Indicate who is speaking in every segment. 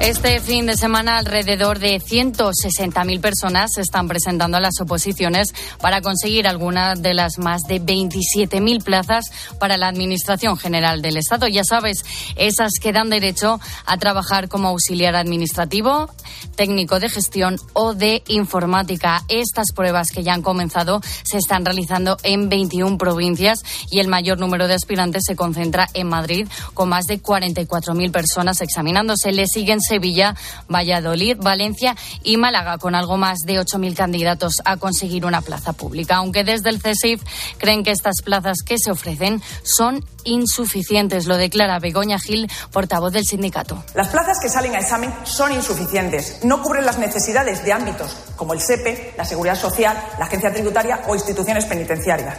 Speaker 1: Este fin de semana, alrededor de 160.000 personas se están presentando a las oposiciones para conseguir algunas de las más de 27.000 plazas para la Administración General del Estado. Ya sabes, esas que dan derecho a trabajar como auxiliar administrativo, técnico de gestión o de informática. Estas pruebas que ya han comenzado se están realizando en 21 provincias y el mayor número de aspirantes se concentra en Madrid, con más de 44.000 personas examinándose. Le siguen Sevilla, Valladolid, Valencia y Málaga, con algo más de 8.000 candidatos a conseguir una plaza pública. Aunque desde el CESIF creen que estas plazas que se ofrecen son insuficientes, lo declara Begoña Gil, portavoz del sindicato.
Speaker 2: Las plazas que salen a examen son insuficientes, no cubren las necesidades de ámbitos como el SEPE, E, la Seguridad Social, la Agencia Tributaria o instituciones penitenciarias.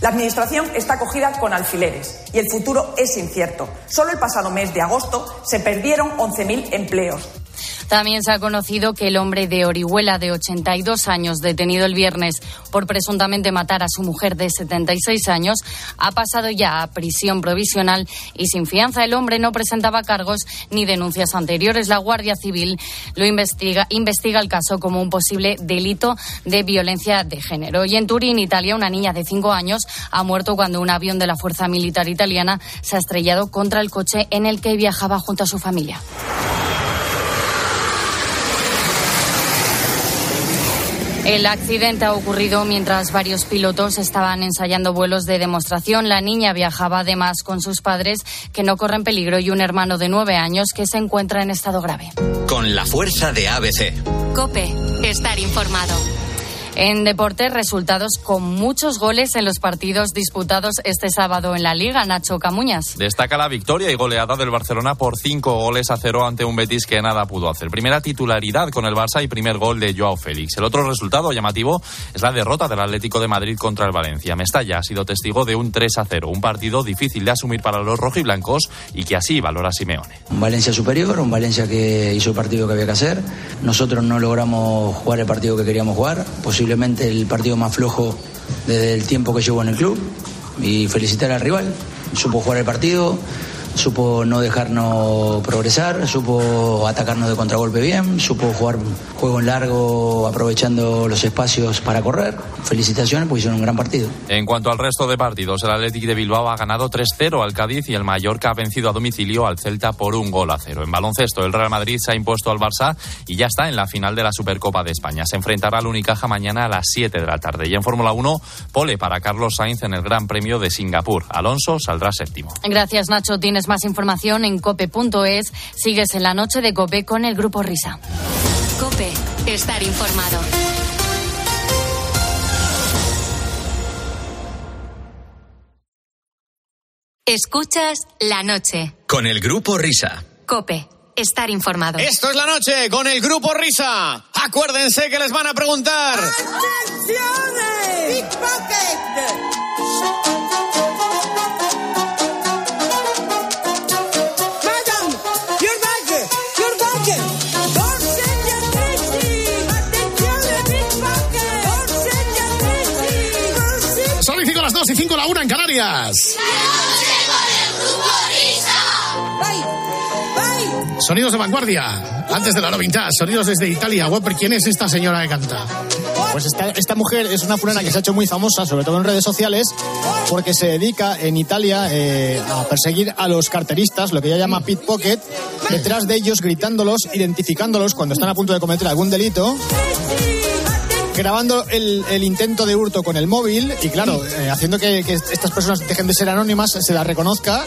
Speaker 2: La Administración está cogida con alfileres y el futuro es incierto. Solo el pasado mes de agosto se perdieron 11.000 empleos,
Speaker 1: también se ha conocido que el hombre de Orihuela, de 82 años, detenido el viernes por presuntamente matar a su mujer de 76 años, ha pasado ya a prisión provisional y sin fianza. El hombre no presentaba cargos ni denuncias anteriores. La Guardia Civil lo investiga, investiga el caso como un posible delito de violencia de género. Y en Turín, Italia, una niña de 5 años ha muerto cuando un avión de la Fuerza Militar Italiana se ha estrellado contra el coche en el que viajaba junto a su familia. El accidente ha ocurrido mientras varios pilotos estaban ensayando vuelos de demostración. La niña viajaba además con sus padres, que no corren peligro, y un hermano de nueve años que se encuentra en estado grave.
Speaker 3: Con la fuerza de ABC.
Speaker 1: Cope, estar informado. En deportes, resultados con muchos goles en los partidos disputados este sábado en la Liga, Nacho Camuñas.
Speaker 4: Destaca la victoria y goleada del Barcelona por cinco goles a cero ante un Betis que nada pudo hacer. Primera titularidad con el Barça y primer gol de Joao Félix. El otro resultado llamativo es la derrota del Atlético de Madrid contra el Valencia. Mestalla ha sido testigo de un 3 a 0, un partido difícil de asumir para los rojiblancos y que así valora Simeone.
Speaker 5: Un Valencia superior, un Valencia que hizo el partido que había que hacer. Nosotros no logramos jugar el partido que queríamos jugar. Posible posiblemente el partido más flojo desde el tiempo que llevo en el club y felicitar al rival. Supo jugar el partido, supo no dejarnos progresar, supo atacarnos de contragolpe bien, supo jugar juego en largo aprovechando los espacios para correr. Felicitaciones porque hicieron un gran partido.
Speaker 4: En cuanto al resto de partidos, el Athletic de Bilbao ha ganado 3-0 al Cádiz y el Mallorca ha vencido a domicilio al Celta por un gol a cero. En baloncesto, el Real Madrid se ha impuesto al Barça y ya está en la final de la Supercopa de España. Se enfrentará al Unicaja mañana a las 7 de la tarde. Y en Fórmula 1, pole para Carlos Sainz en el Gran Premio de Singapur. Alonso saldrá séptimo.
Speaker 1: Gracias, Nacho. Tienes más información en cope.es. Sigues en la noche de Cope con el Grupo Risa. Cope, estar informado. Escuchas la noche.
Speaker 3: Con el Grupo Risa.
Speaker 1: Cope, estar informado.
Speaker 6: Esto es la noche con el Grupo Risa. Acuérdense que les van a preguntar.
Speaker 7: y 5 la 1 en Canarias. Sonidos de vanguardia, antes de la novedad, sonidos desde Italia. Wopper, ¿quién es esta señora que canta?
Speaker 8: Pues esta, esta mujer es una fulana que se ha hecho muy famosa, sobre todo en redes sociales, porque se dedica en Italia eh, a perseguir a los carteristas, lo que ella llama pickpocket, detrás de ellos, gritándolos, identificándolos cuando están a punto de cometer algún delito grabando el, el, intento de hurto con el móvil y claro, eh, haciendo que, que, estas personas dejen de ser anónimas, se las reconozca.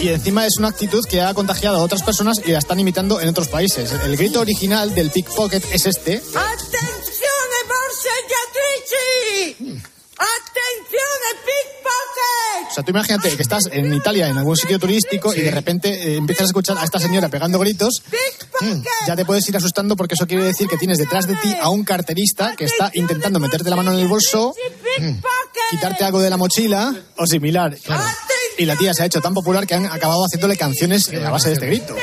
Speaker 8: Y encima es una actitud que ha contagiado a otras personas y la están imitando en otros países. El grito original del pickpocket es este.
Speaker 9: ¡Atención, borseggiatrici! ¡Atención, pickpocket!
Speaker 8: O sea, tú imagínate que estás en Italia, en algún sitio turístico, sí. y de repente eh, empiezas a escuchar a esta señora pegando gritos. Mm, ya te puedes ir asustando porque eso quiere decir que tienes detrás de ti a un carterista que está intentando meterte la mano en el bolso,
Speaker 10: Hmm.
Speaker 8: mm, quitarte algo de la mochila o similar. Claro. Y la tía se ha hecho tan popular que han acabado haciéndole canciones a base de este grito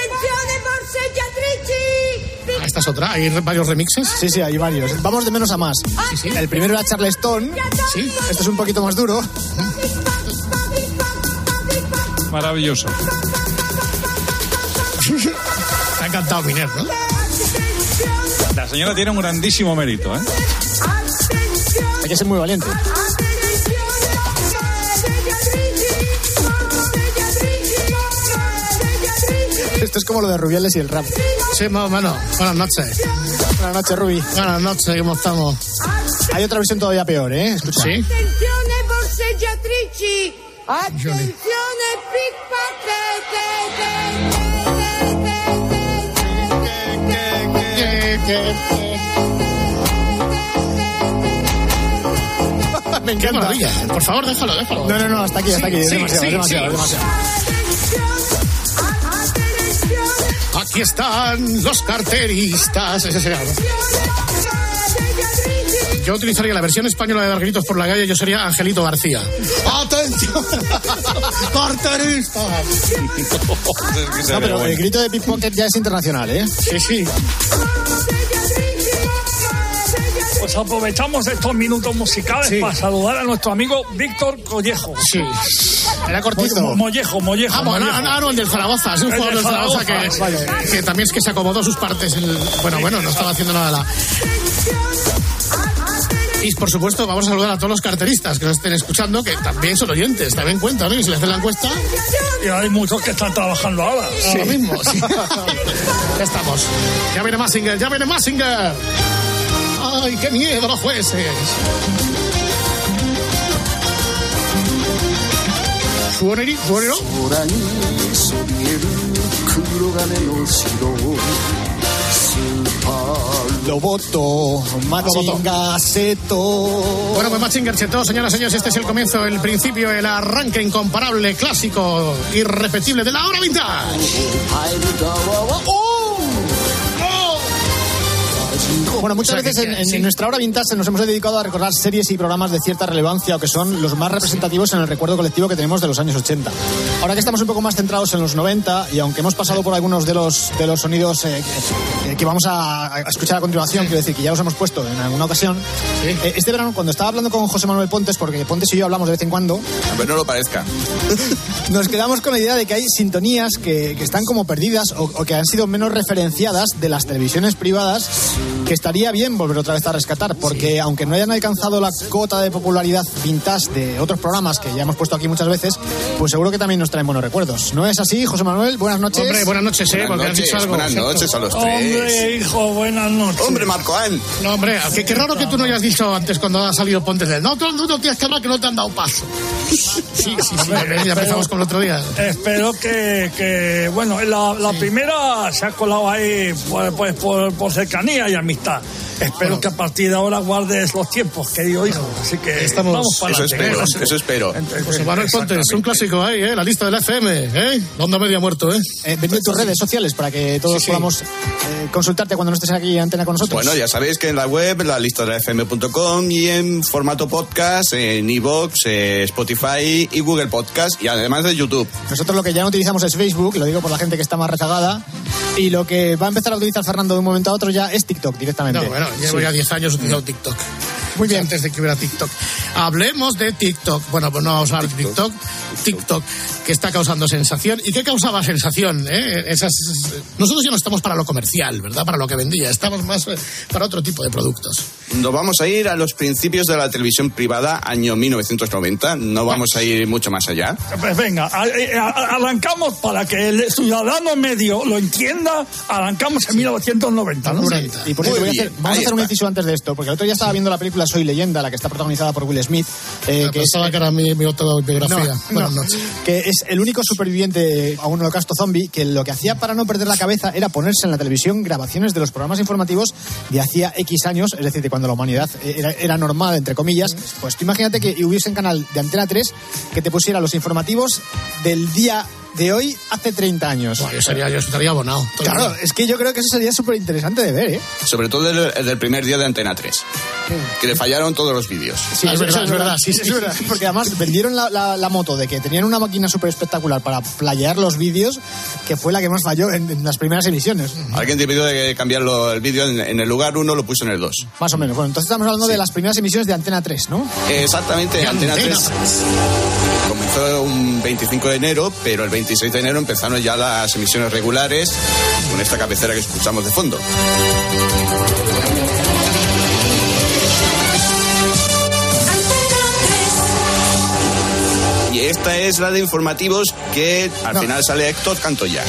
Speaker 7: Ah, esta es otra. Hay re- varios remixes.
Speaker 8: Sí, sí, hay varios. Vamos de menos a más.
Speaker 7: sí.
Speaker 8: El primero era Charleston.
Speaker 7: Sí.
Speaker 8: Este es un poquito más duro.
Speaker 11: Maravilloso.
Speaker 7: Te ha encantado Miner, ¿no?
Speaker 11: La señora tiene un grandísimo mérito, ¿eh?
Speaker 8: Hay que ser muy valiente. Esto es como lo de Rubiales y el rap.
Speaker 7: Sí, más o menos. Buenas noches.
Speaker 8: Buenas noches, Rubi.
Speaker 7: Buenas noches, ¿cómo estamos?
Speaker 10: Ah,
Speaker 8: Hay otra versión todavía peor, ¿eh? Escucha.
Speaker 7: Sí.
Speaker 9: Attenzione borseggiatrici! Attenzione pickpocket!
Speaker 8: Me
Speaker 7: Qué
Speaker 8: encanta.
Speaker 7: maravilla. Por favor, déjalo, déjalo.
Speaker 8: No, no, no, hasta aquí, hasta aquí. Es
Speaker 7: Sí,
Speaker 8: demasiado,
Speaker 7: sí,
Speaker 8: es demasiado,
Speaker 7: sí.
Speaker 8: es demasiado.
Speaker 7: Aquí están los carteristas. Ese será, ¿no? Yo utilizaría la versión española de Dar gritos por la calle, yo sería Angelito García. ¡Atención! ¡Carteristas!
Speaker 11: Es que
Speaker 8: No,
Speaker 11: sería
Speaker 7: eh,
Speaker 8: pero el
Speaker 11: bueno.
Speaker 8: grito de pickpocket ya es internacional, ¿eh?
Speaker 7: Sí, sí.
Speaker 11: Pues aprovechamos estos minutos musicales
Speaker 7: Sí.
Speaker 11: para saludar a nuestro amigo Víctor Collejo.
Speaker 7: Sí. Era cortito.
Speaker 11: Mo- Mollejo, Mollejo.
Speaker 7: Ah, bueno,
Speaker 11: Mollejo.
Speaker 7: ah, ah, no, el del Zaragoza, es un
Speaker 11: El
Speaker 7: jugador del
Speaker 11: del
Speaker 7: Zaragoza
Speaker 11: Zaragoza,
Speaker 7: que, que también es que se acomodó sus partes. en el- bueno, bueno, no estaba haciendo nada. la- Y por supuesto, vamos a saludar a todos los carteristas que nos estén escuchando, que también son oyentes, también cuentan, ¿no? Y si les hacen la encuesta,
Speaker 11: Y hay muchos que están trabajando ahora.
Speaker 7: lo mismo. sí. ya estamos. Ya viene Massinger, ya viene Massinger. ¡Ay, qué miedo los jueces! ¿Suoneri? ¿Suonero?
Speaker 12: 空にそびえる黒金の城スーパー
Speaker 8: Loboto, Machin Gaseto.
Speaker 7: Bueno, pues Machinger todos señoras y señores, este es el comienzo, el principio, el arranque incomparable, clásico, irrepetible de la hora vintage.
Speaker 12: 入る側は
Speaker 8: Bueno, muchas
Speaker 7: O sea,
Speaker 8: veces
Speaker 7: que-
Speaker 8: en, en
Speaker 7: sí.
Speaker 8: nuestra hora vintage nos hemos dedicado a recordar series y programas de cierta relevancia o que son los más representativos en el recuerdo colectivo que tenemos de los años 80. Ahora que estamos un poco más centrados en los 90 y aunque hemos pasado por algunos de los, de los sonidos eh, que, que vamos a, a escuchar a continuación, quiero decir que ya los hemos puesto en alguna ocasión,
Speaker 7: Sí.
Speaker 8: eh, este verano cuando estaba hablando con José Manuel Pontes, porque Pontes y yo hablamos de vez en cuando,
Speaker 3: Pero no lo parezca.
Speaker 8: nos quedamos con la idea de que hay sintonías que, que están como perdidas o, o que han sido menos referenciadas de las televisiones privadas que estaría bien volver otra vez a rescatar porque aunque no hayan alcanzado la cota de popularidad vintage de otros programas que ya hemos puesto aquí muchas veces, pues seguro que también nos traen buenos recuerdos. ¿No es así, José Manuel? Buenas noches.
Speaker 7: Hombre, buenas noches, eh, porque has dicho algo.
Speaker 3: a los
Speaker 11: Hombre, hijo, buenas noches.
Speaker 3: Marcoán.
Speaker 7: No, hombre, qué, qué raro que tú no hayas dicho antes cuando ha salido Pontes del. No, tú, tú no tienes que hablar que no te han dado paso. Sí, sí, sí, ya empezamos con el otro día.
Speaker 11: Espero que, que bueno, la, la primera se ha colado ahí por, pues, por, por cercanía y amistad. Espero que a partir de ahora guardes los tiempos, querido hijo. Así que
Speaker 7: Estamos-
Speaker 11: vamos para
Speaker 7: eso
Speaker 11: adelante.
Speaker 7: espero,
Speaker 8: ¿eh?
Speaker 11: Gracias.
Speaker 7: eso
Speaker 3: espero.
Speaker 11: Entonces,
Speaker 7: José Manuel Pontes, un
Speaker 11: exactamente.
Speaker 7: clásico ahí, eh, la lista del FM, eh. Onda media muerto, eh.
Speaker 8: Eh, ven de tus redes sociales para que todos
Speaker 7: Sí, sí.
Speaker 8: podamos eh, consultarte cuando no estés aquí en antena con nosotros.
Speaker 12: Bueno, ya sabéis que en la web, la lista de fm.com y en formato podcast, en iVoox, eh, Spotify y Google Podcast y además de YouTube.
Speaker 8: Nosotros lo que ya no utilizamos es Facebook, lo digo por la gente que está más rezagada, y lo que va a empezar a utilizar Fernando de un momento a otro ya es TikTok directamente.
Speaker 7: No, bueno, llevo
Speaker 8: Sí. Mm.
Speaker 7: ya 10 años utilizando TikTok.
Speaker 8: Muy bien.
Speaker 7: Antes de que hubiera TikTok. Hablemos de TikTok. Bueno, pues no vamos a hablar de TikTok. TikTok, que está causando sensación. ¿Y qué causaba sensación? eh? Esas, nosotros ya no estamos para lo comercial, ¿verdad? Para lo que vendía. Estamos más eh, para otro tipo de productos.
Speaker 12: Nos vamos a ir a los principios de la televisión privada, año 1990. No vamos a ir mucho más allá.
Speaker 11: Pues venga, a- a- a- arrancamos para que el ciudadano medio lo entienda, arrancamos en 1990, ¿no?
Speaker 7: Hombre.
Speaker 8: Y por cierto,
Speaker 12: Muy
Speaker 8: voy a hacer-
Speaker 12: bien,
Speaker 8: vamos a
Speaker 12: ahí
Speaker 8: hacer un
Speaker 12: está.
Speaker 8: inciso antes de esto, porque el otro día estaba viendo la película Soy Leyenda, la que está protagonizada por Will Smith, eh,
Speaker 7: Ah,
Speaker 8: que, es,
Speaker 7: Pensaba que era mi, mi autobiografía.
Speaker 8: No,
Speaker 7: Buenas
Speaker 8: no.
Speaker 7: noches.
Speaker 8: que es el único superviviente a un holocausto zombie que lo que hacía para no perder la cabeza era ponerse en la televisión grabaciones de los programas informativos de hacía X años, es decir, de cuando la humanidad era, era normal, entre comillas. Pues tú imagínate que hubiese un canal de Antena 3 que te pusiera los informativos del día de hoy hace 30 años.
Speaker 7: yo, sería, yo estaría abonado.
Speaker 8: Claro, es que yo creo que eso sería súper interesante de ver, ¿eh?
Speaker 12: Sobre todo el, el del primer día de Antena 3. Que le fallaron todos los vídeos.
Speaker 8: Sí, eso Ah, es verdad. Porque además vendieron la, la- la moto de que tenían una máquina súper espectacular para playear los vídeos, que fue la que más falló en, en las primeras emisiones.
Speaker 12: Alguien te pidió de cambiarlo el vídeo en, en el lugar 1, lo puso en el 2.
Speaker 8: Más o menos. Bueno, entonces estamos hablando de las primeras emisiones de Antena 3, ¿no?
Speaker 12: Exactamente, Antena 3 comenzó un 25 de enero, pero el 26 de enero empezaron ya las emisiones regulares con esta cabecera que escuchamos de fondo. Y esta es la de informativos que al final sale Héctor Cantoya.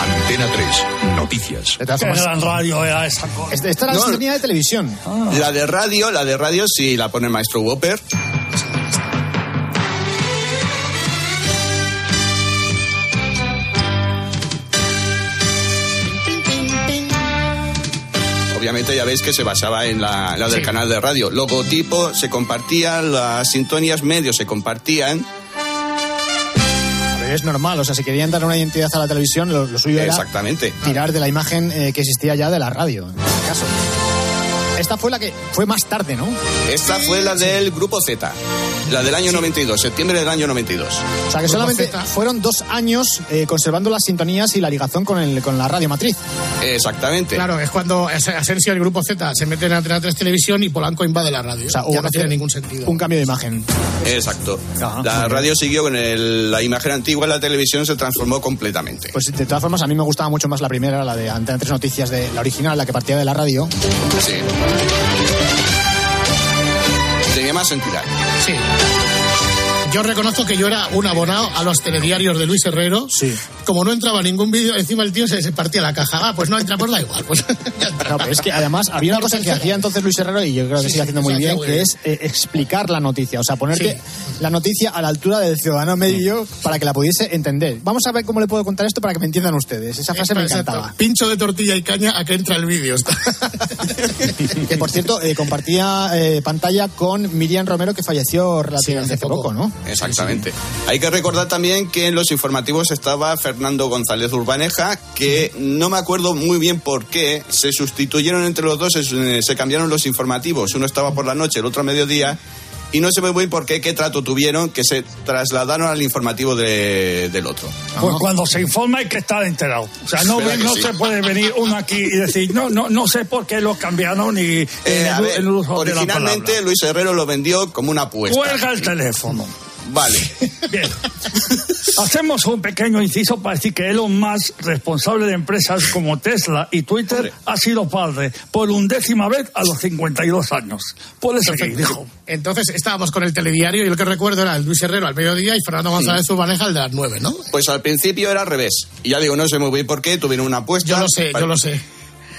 Speaker 13: Antena 3, noticias.
Speaker 8: todas formas-
Speaker 11: gran radio era esa cosa.
Speaker 8: Este- Esta era la
Speaker 12: No.
Speaker 8: sintonía de televisión.
Speaker 12: La de radio, la de radio sí la pone el maestro Whopper. Obviamente ya veis que se basaba en la, la del canal de radio. Logotipo se compartía, las sintonías medios se compartían.
Speaker 8: A ver, es normal, o sea, si querían dar una identidad a la televisión, lo, lo suyo era
Speaker 12: Exactamente.
Speaker 8: tirar de la imagen eh, que existía ya de la radio, en este caso. Esta fue la que fue más tarde, ¿no?
Speaker 12: Esta fue la del Grupo Z, la del año 92, septiembre del año 92.
Speaker 8: O sea, que solamente fueron dos años eh, conservando las sintonías y la ligazón con, el, con la radio matriz.
Speaker 12: Exactamente.
Speaker 7: Claro, es cuando As- Asensio y el grupo Z se meten en Antena 3 Televisión y Polanco invade la radio.
Speaker 8: O sea, hubo
Speaker 7: ya no
Speaker 8: que
Speaker 7: tiene
Speaker 8: hacer
Speaker 7: ningún sentido.
Speaker 8: Un cambio de imagen.
Speaker 12: Exacto. La radio siguió con el- la imagen antigua, la televisión se transformó completamente.
Speaker 8: Pues de todas formas, a mí me gustaba mucho más la primera, la de Antena 3 Noticias, de la original, la que partía de la radio.
Speaker 12: Sí. Tenía más entidad.
Speaker 7: Sí. Yo reconozco que yo era un abonado a los telediarios de Luis Herrero. Sí. Como no entraba ningún vídeo, encima el tío se, se partía la caja. Ah, pues no entra, pues da igual. Pues, ya está.
Speaker 8: No, pero es que además había una cosa que hacía entonces Luis Herrero y yo creo que sigue haciendo muy
Speaker 7: hacía
Speaker 8: bien,
Speaker 7: muy
Speaker 8: que
Speaker 7: bien.
Speaker 8: es eh, explicar la noticia, o sea, ponerte la noticia a la altura del ciudadano medio para que la pudiese entender. Vamos a ver cómo le puedo contar esto para que me entiendan ustedes. Esa frase me
Speaker 7: Exacto.
Speaker 8: encantaba.
Speaker 7: Pincho de tortilla y caña a que entra el vídeo.
Speaker 8: Que por cierto, eh, compartía eh, pantalla con Miriam Romero que falleció relativamente hace poco, ¿no?
Speaker 12: Exactamente. Hay que recordar también que en los informativos estaba Fernando González Urbaneja, que no me acuerdo muy bien por qué se sustituyeron entre los dos, eh, se, se cambiaron los informativos. Uno estaba por la noche, el otro a mediodía. Y no sé muy bien por qué, qué trato tuvieron, que se trasladaron al informativo de- del otro.
Speaker 11: Pues cuando se informa hay que estar enterado. O sea, no,
Speaker 12: Espera
Speaker 11: ve-
Speaker 12: que
Speaker 11: no
Speaker 12: sí.
Speaker 11: se puede venir uno aquí y decir, no, no, no sé por qué lo cambiaron y
Speaker 12: Eh, a ver,
Speaker 11: uso de la
Speaker 12: originalmente Luis Herrero lo vendió como una
Speaker 11: palabra.
Speaker 12: apuesta.
Speaker 11: Cuelga el teléfono.
Speaker 12: Vale.
Speaker 11: Bien. Hacemos un pequeño inciso para decir que Elon Musk, responsable de empresas como Tesla y Twitter, ha sido padre por undécima vez a los 52 años. Puede seguir, dijo.
Speaker 7: Entonces estábamos con el telediario y lo que recuerdo era el Luis Herrero al mediodía y Fernando González Urbaneja al de las 9, ¿no?
Speaker 12: Pues al principio era al revés. Y ya digo, no sé muy bien por qué, tuvieron una apuesta.
Speaker 7: Yo lo sé,
Speaker 12: Vale.
Speaker 7: yo lo sé.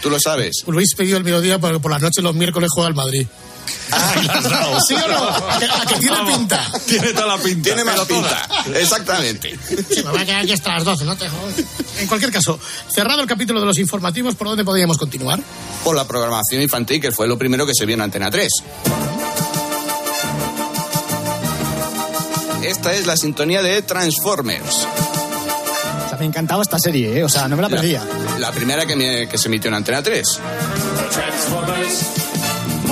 Speaker 12: Tú lo sabes.
Speaker 7: Luis pidió el mediodía porque por las noches los miércoles juega al Madrid. ¿Sí o no? ¿A que, a que tiene pinta?
Speaker 12: Tiene toda la pinta. Tiene más pinta. Exactamente.
Speaker 7: Sí, me voy a quedar aquí hasta las 12, no te jodas. En cualquier caso, cerrado el capítulo de los informativos, ¿por dónde podríamos continuar?
Speaker 12: Por la programación infantil, que fue lo primero que se vio en Antena 3. Esta es la sintonía de Transformers.
Speaker 8: O sea, me encantaba esta serie, ¿eh? O sea, no me la perdía.
Speaker 12: La primera que, me- que se emitió en Antena 3.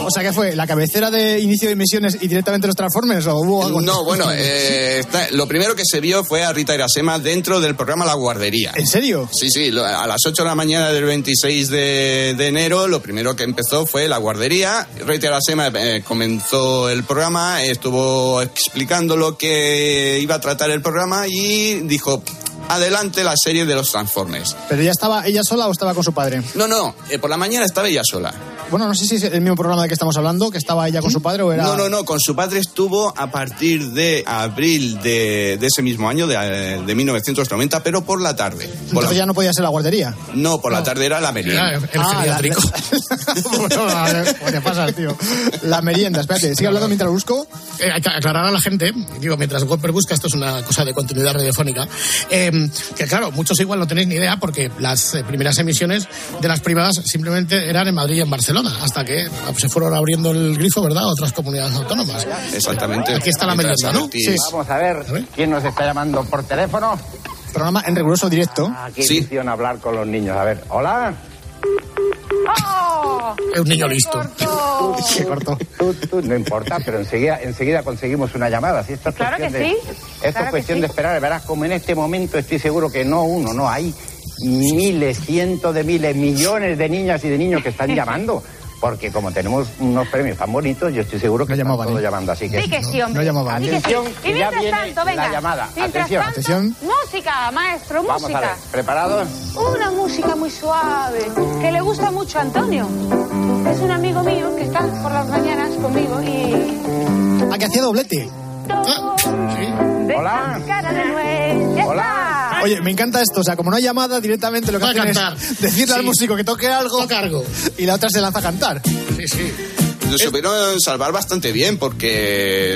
Speaker 8: O sea, ¿qué fue? ¿La cabecera de inicio de emisiones y directamente los Transformers o hubo algo?
Speaker 12: No, bueno, eh, está- lo primero que se vio fue a Rita Irasema dentro del programa La Guardería.
Speaker 8: ¿En serio?
Speaker 12: Sí, sí, lo- a las 8 de la mañana del 26 de, de enero lo primero que empezó fue la guardería. Rey Terasema eh, comenzó el programa, estuvo explicando lo que iba a tratar el programa y dijo, adelante la serie de los Transformers.
Speaker 8: ¿Pero ya estaba ella sola o estaba con su padre?
Speaker 12: No, no, eh, por la mañana estaba ella sola.
Speaker 8: Bueno, no sé si es el mismo programa del que estamos hablando, que estaba ella con su padre o era...
Speaker 12: No, no, no, con su padre estuvo a partir de abril de, de ese mismo año, de, eh, de 1990, pero por la tarde. Por la-
Speaker 8: Entonces ya no podía ser la guardería.
Speaker 12: no, por la tarde era la merienda.
Speaker 8: Ah, la- Bueno, a ver, ¿cómo te pasas, tío? La merienda, espérate, sigue hablando mientras lo busco.
Speaker 7: Eh, hay que aclarar a la gente, digo, mientras Whopper busca, esto es una cosa de continuidad radiofónica, eh, que claro, muchos igual no tenéis ni idea porque las eh, primeras emisiones de las privadas simplemente eran en Madrid y en Barcelona. Barcelona, hasta que se fueron abriendo el grifo, ¿verdad?, a otras comunidades autónomas.
Speaker 12: Exactamente.
Speaker 7: Aquí está la merienda, ¿no?
Speaker 12: Sí.
Speaker 3: Vamos a ver quién nos está llamando por teléfono.
Speaker 8: Programa en riguroso directo.
Speaker 3: Ah, qué ilusión hablar con los niños. A ver, hola.
Speaker 7: Es un niño listo.
Speaker 3: Se cortó. Tú, tú, no importa, pero enseguida, enseguida conseguimos una llamada. Si esto es
Speaker 2: Claro
Speaker 3: cuestión
Speaker 2: que
Speaker 3: de,
Speaker 2: sí,
Speaker 3: Esto
Speaker 2: claro
Speaker 3: es
Speaker 2: que
Speaker 3: cuestión
Speaker 2: sí.
Speaker 3: de esperar. Verás como en este momento estoy seguro que no uno, no hay miles, cientos de miles, millones de niñas y de niños que están llamando. Porque como tenemos unos premios tan bonitos, yo estoy seguro que están todos llamando. Así que
Speaker 2: Sí que sí, hombre.
Speaker 8: no llamaban.
Speaker 2: Sí que sí.
Speaker 3: Atención,
Speaker 2: Y
Speaker 3: que ya
Speaker 2: mientras
Speaker 3: viene
Speaker 2: tanto, venga.
Speaker 3: la llamada.
Speaker 2: Mientras
Speaker 3: Atención.
Speaker 2: tanto,
Speaker 3: Atención.
Speaker 2: música, maestro,
Speaker 3: Vamos
Speaker 2: música.
Speaker 3: a ver, ¿preparados?
Speaker 2: Una música muy suave, que le gusta mucho a Antonio. Es un amigo mío que está por las mañanas conmigo y...
Speaker 8: Ah, que hacía doblete.
Speaker 2: Hola. Cara de nuez. Ya está.
Speaker 8: Oye, me encanta esto. O sea, como no hay llamada, directamente lo que
Speaker 7: Va a
Speaker 8: hacen
Speaker 7: cantar.
Speaker 8: es decirle al
Speaker 7: Sí.
Speaker 8: músico que toque algo. Y la otra se lanza a cantar.
Speaker 7: Sí, sí.
Speaker 12: Lo supieron salvar bastante bien porque,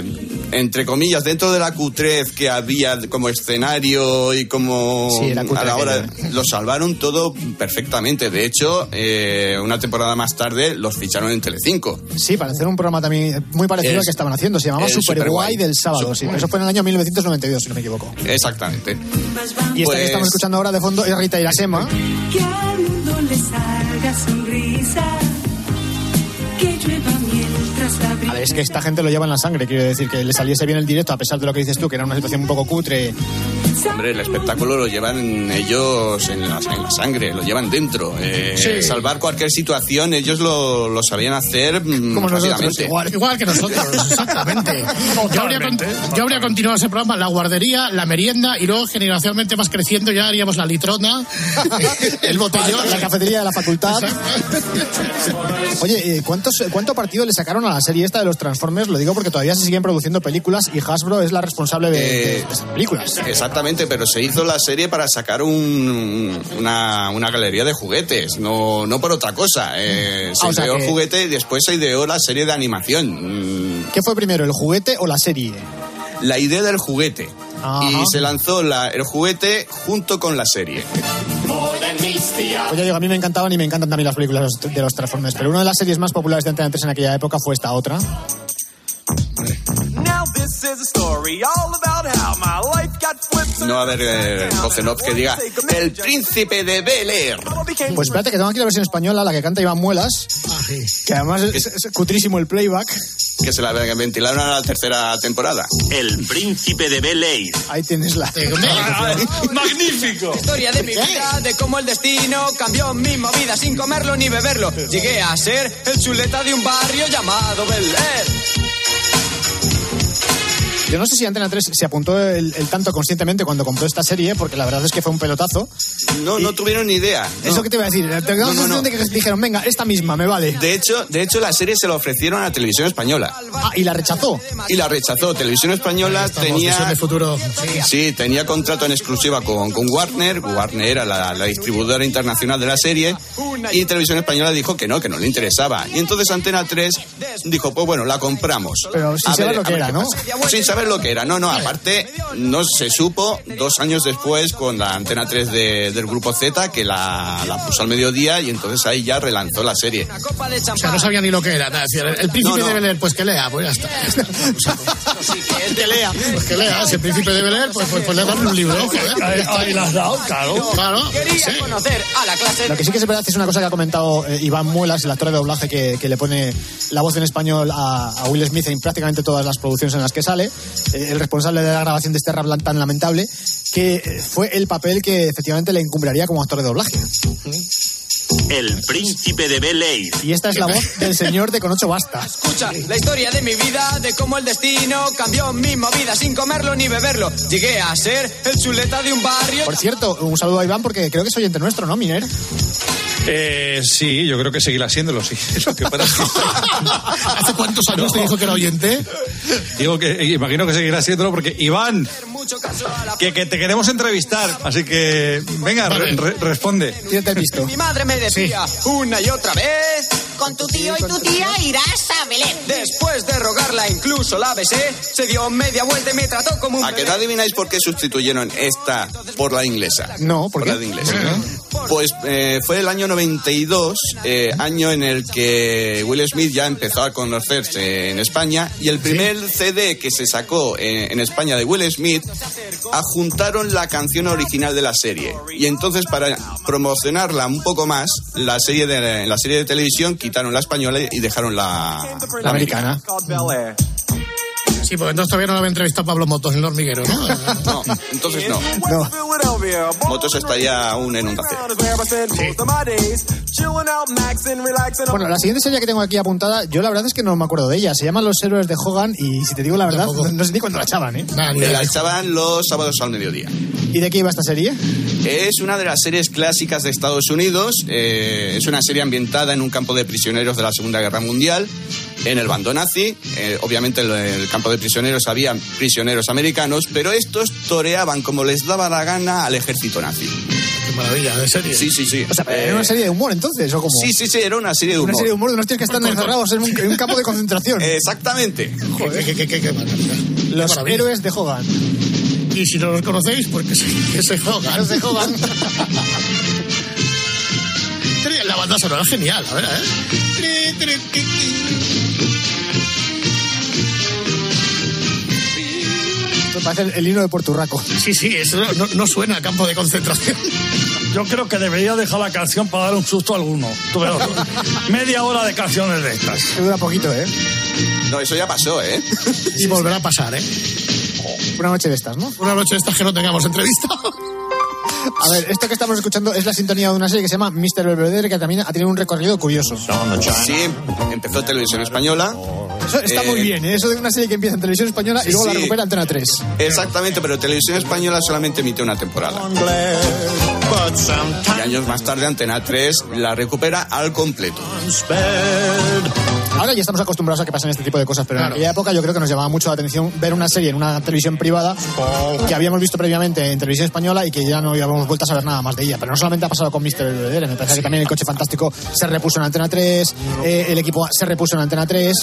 Speaker 12: entre comillas, dentro de la cutrez que había como escenario y como
Speaker 8: Sí, era cutre
Speaker 12: a la hora,
Speaker 8: aquello.
Speaker 12: lo salvaron todo perfectamente. De hecho, eh, una temporada más tarde los ficharon en Telecinco.
Speaker 8: Sí, para hacer un programa también muy parecido
Speaker 12: Es-
Speaker 8: al que estaban haciendo. Se llamaba
Speaker 12: el
Speaker 8: Super,
Speaker 12: Superguay.
Speaker 8: Guay del sábado. Sí, eso fue en el año 1992, si no me equivoco.
Speaker 12: Exactamente.
Speaker 8: Y esta
Speaker 12: Pues-
Speaker 8: que estamos escuchando ahora de fondo es Rita Irasema.
Speaker 10: Que al mundo le salga sonrisa. Que llueva mientras la
Speaker 8: A ver, es que esta gente lo lleva en la sangre, quiero decir, que le saliese bien el directo, a pesar de lo que dices tú, que era una situación un poco cutre.
Speaker 12: Hombre, el espectáculo lo llevan ellos en la, en la sangre, lo llevan dentro. Eh,
Speaker 7: Sí.
Speaker 12: Salvar cualquier situación, ellos lo, lo sabían hacer mm,
Speaker 8: Como nosotros,
Speaker 12: rápidamente.
Speaker 7: Igual, igual que nosotros, exactamente. Yo habría, con- yo habría continuado ese programa, la guardería, la merienda, y luego generacionalmente más creciendo ya haríamos la litrona, el botellón.
Speaker 8: La cafetería de la facultad. Oye, eh, ¿cuántos, ¿cuánto partido le sacaron a la serie esta de los Transformers? Lo digo porque todavía se siguen produciendo películas y Hasbro es la responsable de, de-
Speaker 12: Eh,
Speaker 8: de esas películas.
Speaker 12: Exactamente, pero se hizo la serie para sacar un- una, una galería de juguetes, no, no por otra cosa. Eh, se
Speaker 8: Ah, o sea
Speaker 12: ideó el
Speaker 8: que-
Speaker 12: juguete y después se ideó la serie de animación. Mm,
Speaker 8: ¿Qué fue primero, el juguete o la serie?
Speaker 12: La idea del juguete.
Speaker 8: Ajá.
Speaker 12: Y se lanzó la- el juguete junto con la serie.
Speaker 8: Pues ya digo, a mí me encantaban y me encantan también las películas de los Transformers, pero una de las series más populares de Antena 3 en aquella época fue esta otra.
Speaker 14: Now this is a story all about how my life got flipped.
Speaker 12: No va a haber eh, voz en off que diga el príncipe de Bel Air.
Speaker 8: Pues espérate, que tengo aquí la versión española, la que canta Iván Muelas, que además es, es cutrísimo el playback.
Speaker 12: Que se la ventilaron a la tercera temporada. El príncipe de Bel Air.
Speaker 8: Ahí tienes la...
Speaker 15: ¡Magnífico! Historia de mi vida, de cómo el destino cambió mi movida sin comerlo ni beberlo. Llegué a ser el chuleta de un barrio llamado Bel Air.
Speaker 8: Yo no sé si Antena 3 se apuntó el, el tanto conscientemente cuando compró esta serie, porque la verdad es que fue un pelotazo.
Speaker 12: No, no tuvieron ni idea.
Speaker 8: Eso que te iba a decir, te la
Speaker 12: No, no,
Speaker 8: sensación
Speaker 12: no.
Speaker 8: de que dijeron, venga, esta misma, me vale.
Speaker 12: De hecho, de hecho, la serie se la ofrecieron a Televisión Española
Speaker 8: Ah, y la rechazó.
Speaker 12: y la rechazó. Televisión Española
Speaker 7: Visión
Speaker 12: tenía,
Speaker 7: de futuro.
Speaker 12: sí, tenía contrato en exclusiva con, con Warner. Warner era la, la distribuidora internacional de la serie y Televisión Española dijo que no, que no le interesaba. Y entonces Antena 3 dijo, pues bueno, la compramos.
Speaker 8: Pero sin
Speaker 12: A
Speaker 8: saber lo
Speaker 12: a
Speaker 8: que era,
Speaker 12: qué
Speaker 8: ¿no?
Speaker 12: pasa. Sin saber lo que era, no, no. Aparte, no se supo dos años después con la Antena 3 de- del Grupo Z que la, la puso al mediodía y entonces ahí ya relanzó la serie.
Speaker 7: O sea, no sabía ni lo que era. nada, decía, el príncipe
Speaker 12: No, no.
Speaker 7: de Belén, pues que lea, pues ya está. ya está.
Speaker 8: que lea.
Speaker 7: Pues que lea, si el príncipe de Belén, pues, pues, pues le dan un libro.
Speaker 16: Ahí las dado, claro.
Speaker 7: Claro.
Speaker 15: Quería conocer a la clase
Speaker 8: Lo que sí que es verdad es una cosa que ha comentado eh, Iván Muelas, el actor de doblaje que, que le pone la voz en español a, a Will Smith en prácticamente todas las producciones en las que sale, eh, el responsable de la grabación de este rap tan lamentable, que eh, fue el papel que efectivamente le encumbraría como actor de doblaje.
Speaker 17: El príncipe de Bel Air.
Speaker 8: Y esta es la voz del señor de Con ocho bastas.
Speaker 15: Escucha, la historia de mi vida, de cómo el destino cambió mi movida sin comerlo ni beberlo. Llegué a ser el chuleta de un barrio.
Speaker 8: Por cierto, un saludo a Iván porque creo que es oyente nuestro, ¿no, Miner?
Speaker 18: Eh, sí, yo creo que seguirá haciéndolo, sí. Lo que pasa es
Speaker 7: ¿Hace cuántos años te dijo que era oyente?
Speaker 18: que- digo que eh, imagino que seguirá haciéndolo porque Iván, que, que te queremos entrevistar, así que venga, re- re- responde.
Speaker 8: Tírate el visto.
Speaker 15: Mi madre me decía una y otra vez.
Speaker 10: Con tu tío y tu tía irás a Belén.
Speaker 15: Después de rogarla, incluso la besé, se dio media vuelta y me trató como un
Speaker 12: ¿A qué no adivináis por qué sustituyeron esta por la inglesa?
Speaker 8: No, ¿por
Speaker 12: por
Speaker 8: qué?
Speaker 12: la de inglesa. Pues eh, fue el año 92, eh, año en el que Will Smith ya empezó a conocerse en España y el primer CD que se sacó eh, en España de Will Smith adjuntaron la canción original de la serie y entonces para promocionarla un poco más la serie de la serie de televisión quitaron la española y dejaron la,
Speaker 8: La americana.
Speaker 7: Sí, porque entonces todavía no lo había entrevistado Pablo Motos en el hormiguero,
Speaker 12: no,
Speaker 7: ¿no?
Speaker 12: entonces no. Motos estaría aún en un café.
Speaker 8: Bueno, la siguiente serie que tengo aquí apuntada, yo la verdad es que no me acuerdo de ella. Se llama Los Héroes de Hogan y si te digo la verdad, no, no sé ni cuándo la echaban, ¿eh?
Speaker 12: Te la echaban los sábados al mediodía.
Speaker 8: ¿Y de qué iba esta serie?
Speaker 12: Eh, Es una de las series clásicas de Estados Unidos. eh, es una serie ambientada en un campo de prisioneros de la Segunda Guerra Mundial, en el bando nazi. Eh, obviamente en el campo de prisioneros había prisioneros americanos, pero estos toreaban como les daba la gana al ejército nazi.
Speaker 7: Qué maravilla de serie.
Speaker 12: Sí, sí, sí.
Speaker 8: O sea, ¿Era una
Speaker 12: Eh,
Speaker 8: serie de humor entonces o cómo?
Speaker 12: Sí, sí, sí, era una serie de humor. Eh.
Speaker 8: Una serie de humor de unos tíos que están encerrados en un, en un campo de concentración.
Speaker 12: Exactamente.
Speaker 7: Joder, qué, qué, qué, qué maravilla.
Speaker 8: Los
Speaker 7: Qué maravilla.
Speaker 8: héroes de Hogan.
Speaker 7: Y si no los conocéis, porque se, que se jogan.
Speaker 8: Los de Hogan.
Speaker 7: Tri- La banda sonora es genial, la verdad, ¿eh? Tri, tri, qui,
Speaker 8: Me parece el, el himno de Porturraco.
Speaker 7: qui. Sí, sí, eso no, no suena a campo de concentración.
Speaker 11: Yo creo que debería dejar la canción para dar un susto a alguno. Tú verás. Media hora de canciones de estas.
Speaker 8: Que dura poquito, ¿eh?
Speaker 12: No, eso ya pasó, ¿eh?
Speaker 7: Y volverá a pasar, ¿eh?
Speaker 8: Una noche de estas, ¿no?
Speaker 7: Una noche de estas que no tengamos entrevista.
Speaker 8: A ver, esto que estamos escuchando es la sintonía de una serie que se llama Mr. Belvedere, que también ha tenido un recorrido curioso.
Speaker 12: Sí, empezó televisión española.
Speaker 8: Eso está muy
Speaker 12: Eh,
Speaker 8: bien, ¿eh? eso de una serie que empieza en televisión española
Speaker 12: Sí,
Speaker 8: y luego la
Speaker 12: sí.
Speaker 8: recupera Antena 3.
Speaker 12: Exactamente, pero televisión española solamente emitió una temporada. Y años más tarde, Antena 3 la recupera al completo.
Speaker 8: Ahora ya estamos acostumbrados a que pasen este tipo de cosas, pero en aquella época yo creo que nos llamaba mucho la atención ver una serie en una televisión privada
Speaker 7: Oh.
Speaker 8: que habíamos visto previamente en televisión española y que ya no habíamos vuelto a saber nada más de ella. Pero no solamente ha pasado con Mr. Belvedere, me parece que también el coche fantástico se repuso en Antena 3, eh, el equipo se repuso en Antena 3.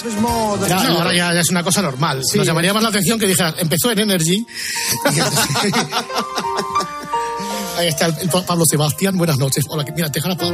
Speaker 8: Era-
Speaker 7: No, ahora ya, ya es una cosa normal. Nos llamaría más la atención que dijera, empezó en Energy. Ahí está el, el Pa- Pablo Sebastián. Buenas noches. Hola, que- mira, Tejana.
Speaker 8: A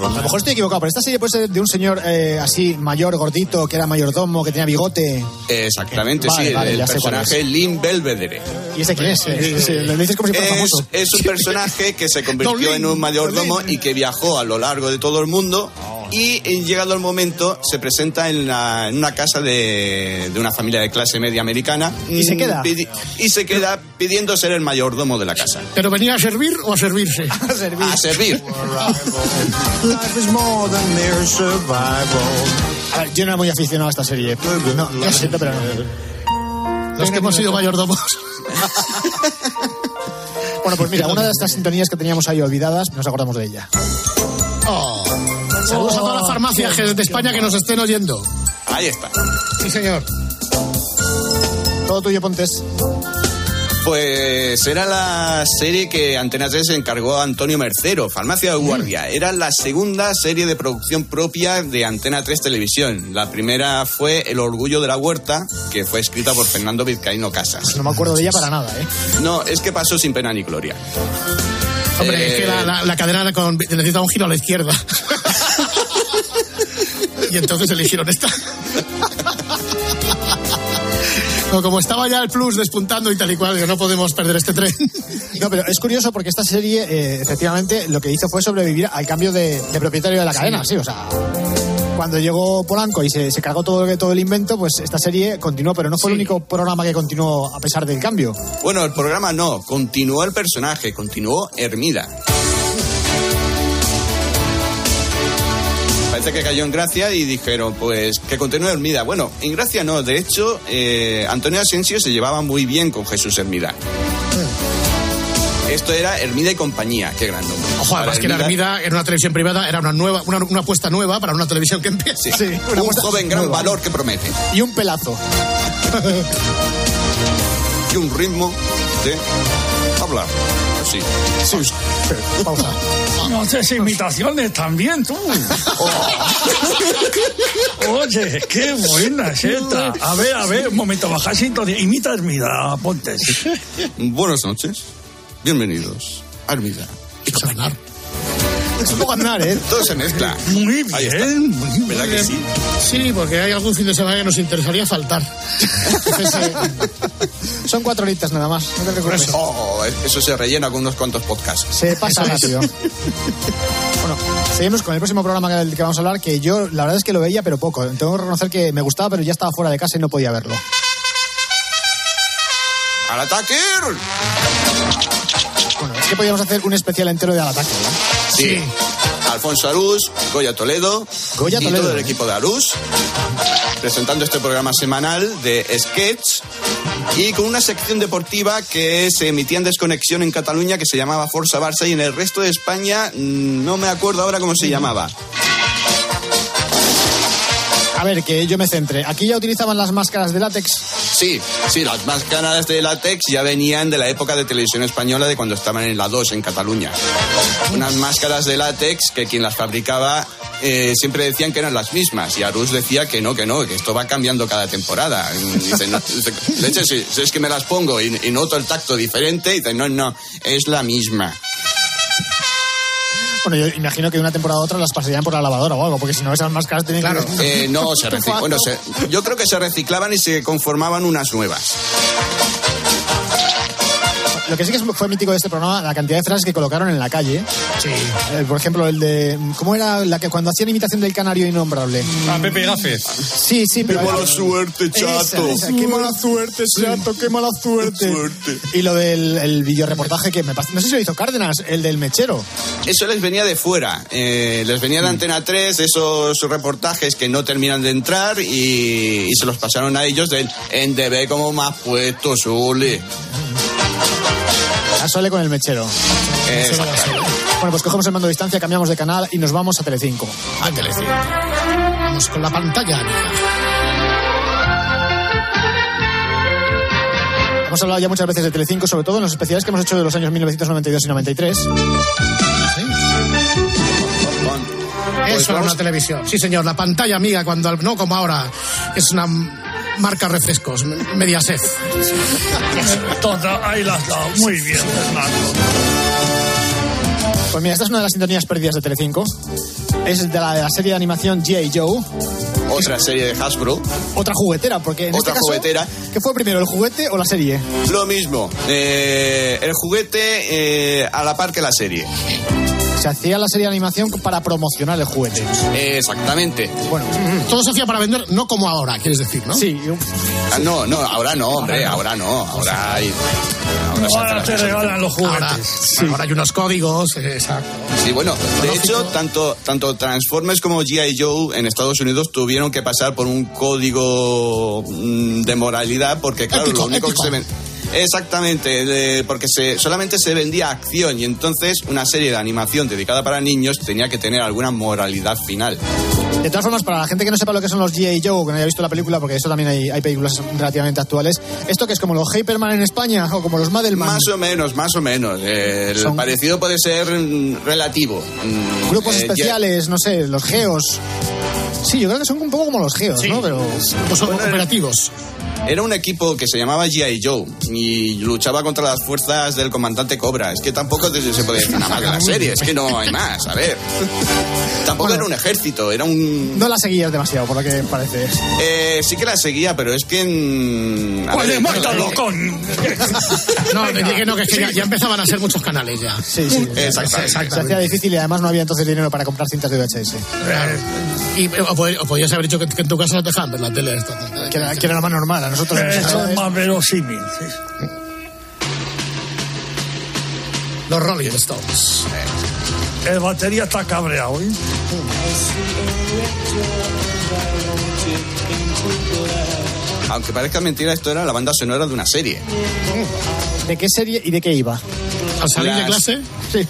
Speaker 8: lo mejor estoy equivocado, pero esta serie puede ser de un señor eh, así mayor, gordito, que era mayordomo, que tenía bigote.
Speaker 12: Exactamente,
Speaker 8: Vale,
Speaker 12: sí,
Speaker 8: vale,
Speaker 12: el
Speaker 8: ya sé cuál
Speaker 12: personaje Lynn Belvedere.
Speaker 8: ¿Y ese quién es? Eh, sí, lo dices como si fuera
Speaker 12: Es,
Speaker 8: famoso.
Speaker 12: es un personaje que se convirtió en un mayordomo y que viajó a lo largo de todo el mundo y eh, llegado el momento se presenta en, la- en una casa de, de una familia de clase media americana
Speaker 8: ¿Y se
Speaker 12: Mm,
Speaker 8: queda?
Speaker 12: pidi- y se queda pidiendo ser el mayordomo de la casa.
Speaker 7: ¿Pero venía a servir o a servirse?
Speaker 12: A servir.
Speaker 8: A ver, yo no era muy aficionado a esta serie. No, lo siento, pero no.
Speaker 7: Los que hemos sido mayordomos.
Speaker 8: Bueno, pues mira, una de estas sintonías que teníamos ahí olvidadas, nos acordamos de ella.
Speaker 7: Oh. Saludos a todas las farmacias que- de España que nos estén oyendo.
Speaker 12: Ahí está.
Speaker 7: Sí, señor.
Speaker 8: Todo tuyo, Pontes.
Speaker 12: Pues era la serie que Antena 3 encargó a Antonio Mercero, Farmacia de Guardia.
Speaker 8: Mm.
Speaker 12: Era la segunda serie de producción propia de Antena 3 Televisión. La primera fue El Orgullo de la Huerta, que fue escrita por Fernando Vizcaíno Casas.
Speaker 8: No me acuerdo de ella para nada, ¿eh?
Speaker 12: No, es que pasó sin pena ni gloria.
Speaker 7: Hombre, es
Speaker 12: Eh,
Speaker 7: que la, la- la cadena con- necesita un giro a la izquierda. y entonces eligieron esta. No, como estaba ya el plus despuntando y tal y cual, digo, no podemos perder este tren.
Speaker 8: No, pero es curioso porque esta serie, eh, efectivamente, lo que hizo fue sobrevivir al cambio de, de propietario de la cadena, sí, o sea. Cuando llegó Polanco y se, se cargó todo, todo el invento, pues esta serie continuó, pero no fue el único programa que continuó a pesar del cambio.
Speaker 12: Bueno, el programa no, continuó el personaje, continuó Hermida. Parece que cayó en gracia y dijeron, pues, que continúe Hermida. Bueno, en gracia no, de hecho, eh, Antonio Asensio se llevaba muy bien con Jesús Hermida. Esto era Hermida y compañía, qué gran nombre.
Speaker 7: Ojo, además
Speaker 12: Para
Speaker 7: que la Hermida era una televisión privada, era una nueva, una, una apuesta nueva para una televisión que empieza.
Speaker 12: Sí.
Speaker 8: Sí, una
Speaker 12: un
Speaker 8: cosa
Speaker 12: joven gran
Speaker 8: nueva.
Speaker 12: valor que promete.
Speaker 8: Y un pelazo.
Speaker 12: Y un ritmo de hablar. Sí.
Speaker 8: Sí, pausa.
Speaker 11: No haces imitaciones también, tú. Oye, qué buena es esta. A ver, a ver, un momento, baja sintonía. Imita a Hermida, Pontes.
Speaker 12: Buenas noches. Bienvenidos Armida.
Speaker 7: Es un poco Aznar, ¿eh?
Speaker 12: Todo se mezcla.
Speaker 7: Muy
Speaker 12: bien,
Speaker 7: muy
Speaker 12: ¿Verdad que sí?
Speaker 7: Sí, porque hay algún fin de semana que nos interesaría faltar. Entonces, eh, son cuatro horitas nada más, no te preocupes.
Speaker 12: Oh, eso se rellena con unos cuantos podcasts.
Speaker 8: Se pasa
Speaker 12: Eso es.
Speaker 8: rápido. Bueno, seguimos con el próximo programa que- del que vamos a hablar, que yo la verdad es que lo veía, pero poco. Tengo que reconocer que me gustaba, pero ya estaba fuera de casa y no podía verlo.
Speaker 12: ¡Al ataque!
Speaker 8: Bueno, es que podíamos hacer un especial entero de al ataque, ¿verdad?
Speaker 12: Sí. Alfonso Arús, Goya Toledo,
Speaker 8: Goya
Speaker 12: y
Speaker 8: Toledo,
Speaker 12: todo el
Speaker 8: ¿eh?
Speaker 12: equipo de Arús, presentando este programa semanal de sketch y con una sección deportiva que se emitía en desconexión en Cataluña que se llamaba Forza Barça y en el resto de España mm, no me acuerdo ahora cómo se llamaba.
Speaker 8: A ver, que yo me centre. Aquí ya utilizaban las máscaras de látex.
Speaker 12: Sí, sí, las máscaras de látex ya venían de la época de televisión española de cuando estaban en la 2 en Cataluña. Unas máscaras de látex que quien las fabricaba eh, siempre decían que eran las mismas y Arús decía que no, que no, que esto va cambiando cada temporada. Y dice, no, dice, de hecho, si, si es que me las pongo y, y noto el tacto diferente, y dice, no, no, es la misma.
Speaker 8: Bueno, yo imagino que de una temporada a otra las pasarían por la lavadora o algo, porque si no esas máscaras tienen que...
Speaker 12: Eh, no, se reciclaban. Bueno, se- yo creo que se reciclaban y se conformaban unas nuevas.
Speaker 8: Lo que sí que fue mítico de este programa, la cantidad de frases que colocaron en la calle. Sí. por ejemplo, el de... ¿Cómo era la que cuando hacían imitación del canario innombrable?
Speaker 12: Mm,
Speaker 19: A Pepe Gafes.
Speaker 8: Sí, sí, pero...
Speaker 19: Qué mala suerte,
Speaker 8: Esa,
Speaker 19: chato.
Speaker 8: esa, Qué mala suerte, chato, qué mala suerte. Y lo del el videoreportaje que me pasó... No sé si lo hizo Cárdenas, el del mechero.
Speaker 12: Eso les venía de fuera, eh, les venía
Speaker 8: Mm.
Speaker 12: de Antena 3 esos reportajes que no terminan de entrar y, y se los pasaron a ellos del en DB como más puesto, Zule.
Speaker 8: Mm. A Sole con el mechero.
Speaker 12: Eh,
Speaker 8: Bueno, pues cogemos el mando de distancia, cambiamos de canal y nos vamos a Telecinco.
Speaker 7: A Telecinco. Vamos con la pantalla.
Speaker 8: Hemos hablado ya muchas veces de Telecinco, sobre todo en los especiales que hemos hecho de los años 1992 y 93.
Speaker 7: Eso era una televisión. Sí, señor, la pantalla amiga, cuando al- no como ahora, es una m- marca refrescos, m- media sed.
Speaker 11: Toda, ahí la has dado. Muy bien, Fernando.
Speaker 8: Pues mira, esta es una de las sintonías perdidas de Telecinco. Es de la, de la serie de animación G.I. Joe,
Speaker 12: Otra serie de Hasbro,
Speaker 8: otra juguetera, porque en este
Speaker 12: otra
Speaker 8: caso,
Speaker 12: juguetera.
Speaker 8: ¿qué fue primero, el juguete o la serie?
Speaker 12: Lo mismo, eh, el juguete eh, a la par que la serie.
Speaker 8: Se hacía la serie de animación para promocionar el juguete.
Speaker 12: Eh, exactamente.
Speaker 8: Bueno,
Speaker 7: todo se hacía para vender, no como ahora, quieres decir, ¿no?
Speaker 8: Sí.
Speaker 12: Ah, no, no, ahora no, hombre, ahora no, ahora hay. ahora se hace la cosa diferente.
Speaker 7: Ahora, ahora hay unos códigos, eh, exacto.
Speaker 12: Sí, bueno, de hecho, tanto, tanto Transformers como G.I. Joe en Estados Unidos tuvieron que pasar por un código mm, de moralidad porque, claro,
Speaker 7: Ético,
Speaker 12: lo único
Speaker 7: ético.
Speaker 12: que se ven... Exactamente, de- porque se, solamente se vendía acción y entonces una serie de animación dedicada para niños tenía que tener alguna moralidad final.
Speaker 8: De todas formas, para la gente que no sepa lo que son los G.I. Joe, que no haya visto la película, porque eso también hay, hay películas relativamente actuales, esto que es como los Hyperman en España o como los Madelman.
Speaker 12: Más o menos, más o menos. eh, el
Speaker 8: Son-
Speaker 12: parecido puede ser mm, relativo. Mm,
Speaker 8: Grupos
Speaker 12: eh,
Speaker 8: especiales, no sé, los geos. Sí, yo creo que son un poco como los geos, ¿no? Pero
Speaker 7: Pues son
Speaker 12: eh,
Speaker 7: operativos.
Speaker 12: Era un equipo que se llamaba G.I. Joe y luchaba contra las fuerzas del comandante Cobra. Es que tampoco se se puede decir nada más de la serie, es que no hay más, a ver. Tampoco era un ejército, era un...
Speaker 8: No la seguías demasiado, por lo que parece.
Speaker 12: Eh, sí que la seguía, pero es que en...
Speaker 8: Pues
Speaker 12: a ver,
Speaker 11: muérdalo con...
Speaker 7: No, que que no, que, es que ya, ya empezaban a ser muchos canales ya.
Speaker 8: Sí, sí.
Speaker 7: Exactamente.
Speaker 8: Se hacía difícil y además no había entonces dinero para comprar cintas de VHS.
Speaker 7: Eh, Y, o, pod- o podías haber dicho que, que en tu casa no te dejaban ver la tele. Eh, Esta,
Speaker 8: Que era, que era lo más normal, a nosotros nos
Speaker 11: Eso
Speaker 8: encantaba
Speaker 11: es
Speaker 8: eso.
Speaker 11: más verosímil. sí.
Speaker 7: Los Rolling Stones.
Speaker 11: El batería está cabreado, ¿eh?
Speaker 12: Aunque parezca mentira, esto era la banda sonora de una serie.
Speaker 8: ¿De qué serie y de qué iba?
Speaker 7: ¿Al salir de
Speaker 12: Las-
Speaker 7: clase?
Speaker 8: Sí.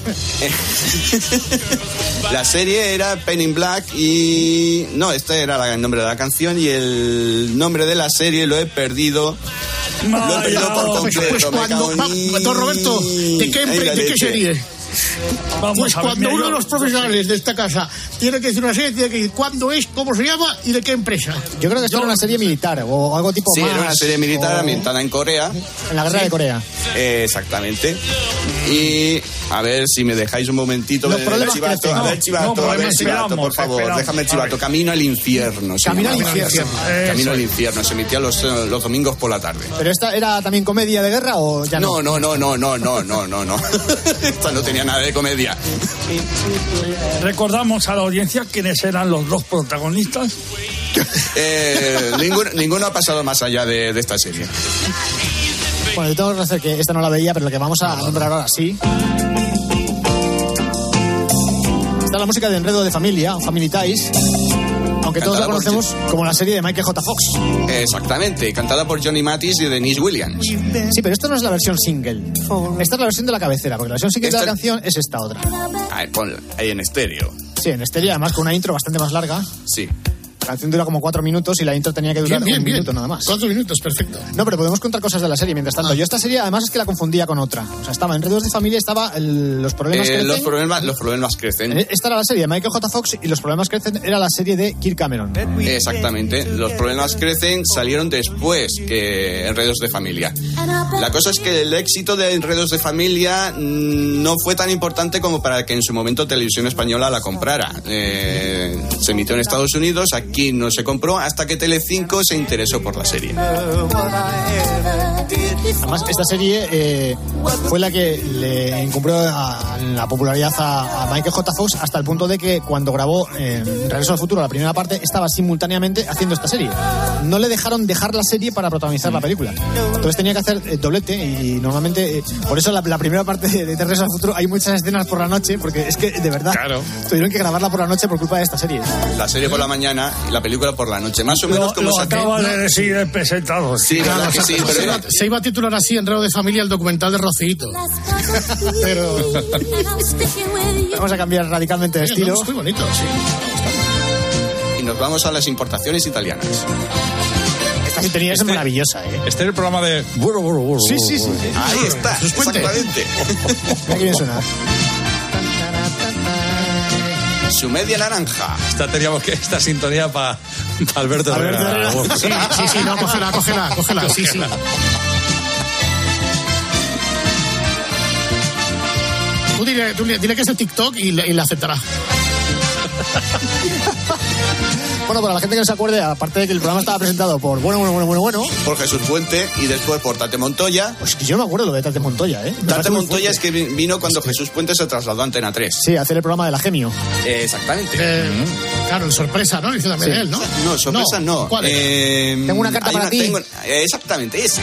Speaker 12: La serie era Pen in Black y... No, este era la- el nombre de la canción y el nombre de la serie lo he perdido. Lo he perdido por
Speaker 7: Pues,
Speaker 12: completo.
Speaker 7: pues
Speaker 12: me
Speaker 7: cuando,
Speaker 12: cago en-
Speaker 7: va- don Roberto, ¿de qué,
Speaker 12: Ay, la
Speaker 7: de qué
Speaker 12: leche.
Speaker 7: serie?
Speaker 11: Vamos
Speaker 7: pues
Speaker 11: a ver,
Speaker 7: cuando
Speaker 11: mira,
Speaker 7: uno
Speaker 11: yo-
Speaker 7: de los profesionales de esta casa tiene que decir una serie, tiene que decir cuándo es, cómo se llama y de qué empresa.
Speaker 8: Yo creo que esto era una serie militar o algo tipo
Speaker 12: Sí,
Speaker 8: más.
Speaker 12: era una serie militar
Speaker 8: o-
Speaker 12: ambientada en Corea.
Speaker 8: En la guerra de Corea.
Speaker 12: Eh, exactamente. Y a ver si me dejáis un momentito.
Speaker 8: Los
Speaker 12: eh,
Speaker 8: problemas
Speaker 12: chivato,
Speaker 8: crecen.
Speaker 12: a ver,
Speaker 8: No,
Speaker 12: chivato,
Speaker 8: no,
Speaker 12: a ver,
Speaker 8: problemas
Speaker 12: chivato, por
Speaker 8: esperamos,
Speaker 12: favor.
Speaker 8: esperamos.
Speaker 12: Déjame el
Speaker 8: A
Speaker 12: chivato.
Speaker 8: ver.
Speaker 12: Camino al infierno. se
Speaker 8: Camino al
Speaker 12: llamaba.
Speaker 8: infierno.
Speaker 12: Camino
Speaker 8: Eso
Speaker 12: al
Speaker 8: es.
Speaker 12: infierno. Se emitía los, eh, los domingos por la tarde.
Speaker 8: ¿Pero esta era también comedia de guerra o ya no?
Speaker 12: No, no, no, no, no, no, no, no, no. Esta no tenía nada de comedia.
Speaker 11: Recordamos a la audiencia quiénes eran los dos protagonistas.
Speaker 12: Eh, ninguno, ninguno ha pasado más allá de, de esta serie.
Speaker 8: Bueno, yo tengo que reconocer que esta no la veía, pero lo que vamos a nombrar ahora sí. Está la música de Enredo de Familia, o Family Ties, aunque todos la
Speaker 12: Cantada por
Speaker 8: conocemos como la serie de Michael J. Fox.
Speaker 12: Exactamente. Cantada por Johnny Mattis y Denise Williams.
Speaker 8: Sí, pero esta no es la versión single. Esta es la versión de la cabecera, porque la versión single de la canción es esta otra.
Speaker 12: Ahí, ponla, ahí en estéreo.
Speaker 8: Sí, en estéreo, además con una intro bastante más larga.
Speaker 12: Sí.
Speaker 8: La canción dura como cuatro minutos y la intro tenía que durar
Speaker 7: Bien, bien,
Speaker 8: un
Speaker 7: bien.
Speaker 8: minuto nada más.
Speaker 7: Cuatro minutos, perfecto.
Speaker 8: No, pero podemos contar cosas de la serie mientras tanto. Yo esta serie además es que la confundía con otra. O sea, estaba Enredos de Familia, estaba el- Los Problemas
Speaker 12: Eh,
Speaker 8: Crecen.
Speaker 12: los, problemas, los problemas crecen.
Speaker 8: Eh, Esta era la serie de Michael J. Fox y Los Problemas Crecen era la serie de Kirk Cameron.
Speaker 12: Exactamente. Los problemas crecen salieron después que Enredos de Familia. La cosa es que el éxito de Enredos de Familia mm, no fue tan importante como para que en su momento Televisión Española la comprara. Eh, se emitió en Estados Unidos, aquí no se compró, hasta que Telecinco se interesó por la serie.
Speaker 8: Además, esta serie eh, fue la que le encumbró a- la popularidad a, a Michael J. Fox hasta el punto de que cuando grabó eh, Regreso al Futuro, la primera parte, estaba simultáneamente haciendo esta serie. No le dejaron dejar la serie para protagonizar la película. Entonces tenía que hacer eh, doblete y normalmente... eh, por eso la, la primera parte de, de Regreso al Futuro hay muchas escenas por la noche, porque es que de verdad tuvieron que grabarla por la noche por culpa de esta serie.
Speaker 12: La serie por la mañana y la película por la noche. Más o menos
Speaker 11: Lo,
Speaker 12: como
Speaker 11: lo
Speaker 12: saqué.
Speaker 11: acaba de decir el presentador.
Speaker 12: Sí, verdad que sí,
Speaker 7: se,
Speaker 12: pero
Speaker 7: iba, se iba a titular así, Enredo de Familia, el documental de Rocito. Pero...
Speaker 8: Vamos a cambiar radicalmente de estilo.
Speaker 7: muy bonito, sí.
Speaker 12: Y nos vamos a las importaciones italianas.
Speaker 8: Esta sintonía es maravillosa, ¿eh?
Speaker 19: Este es el programa de... Burro, burro, burro.
Speaker 8: Sí, sí, sí. sí.
Speaker 12: Ahí está, exactamente.
Speaker 8: Mira qué bien suena.
Speaker 12: Su media naranja.
Speaker 19: Esta teníamos que... Esta sintonía para Alberto
Speaker 7: Alberto
Speaker 19: Herrera.
Speaker 7: Herrera. Sí, sí, sí, no, cógela, cógela, cógela, sí, sí. Tú dile, tú dile- dile que es el TikTok y le- y la aceptará.
Speaker 8: Bueno, para la gente que no se acuerde, aparte de que el programa estaba presentado por bueno, bueno, bueno, bueno, bueno,
Speaker 12: Por Jesús Fuente y después por Tate Montoya.
Speaker 8: pues que yo no me acuerdo lo de Tate Montoya, ¿eh? Me parece
Speaker 12: Tate
Speaker 8: muy
Speaker 12: Montoya es
Speaker 8: fuerte.
Speaker 12: que vi- vino cuando Jesús Puente se trasladó a Antena 3.
Speaker 8: Sí, Eh, hacer el programa de la Gemio.
Speaker 12: exactamente.
Speaker 7: Claro, el sorpresa, ¿no? Dice también
Speaker 8: Sí.
Speaker 7: él, ¿no?
Speaker 12: no, sorpresa no.
Speaker 7: ¿Cuál era?
Speaker 12: Eh,
Speaker 8: Tengo una carta
Speaker 12: hay
Speaker 8: para ti.
Speaker 12: tengo- eh, exactamente, ese.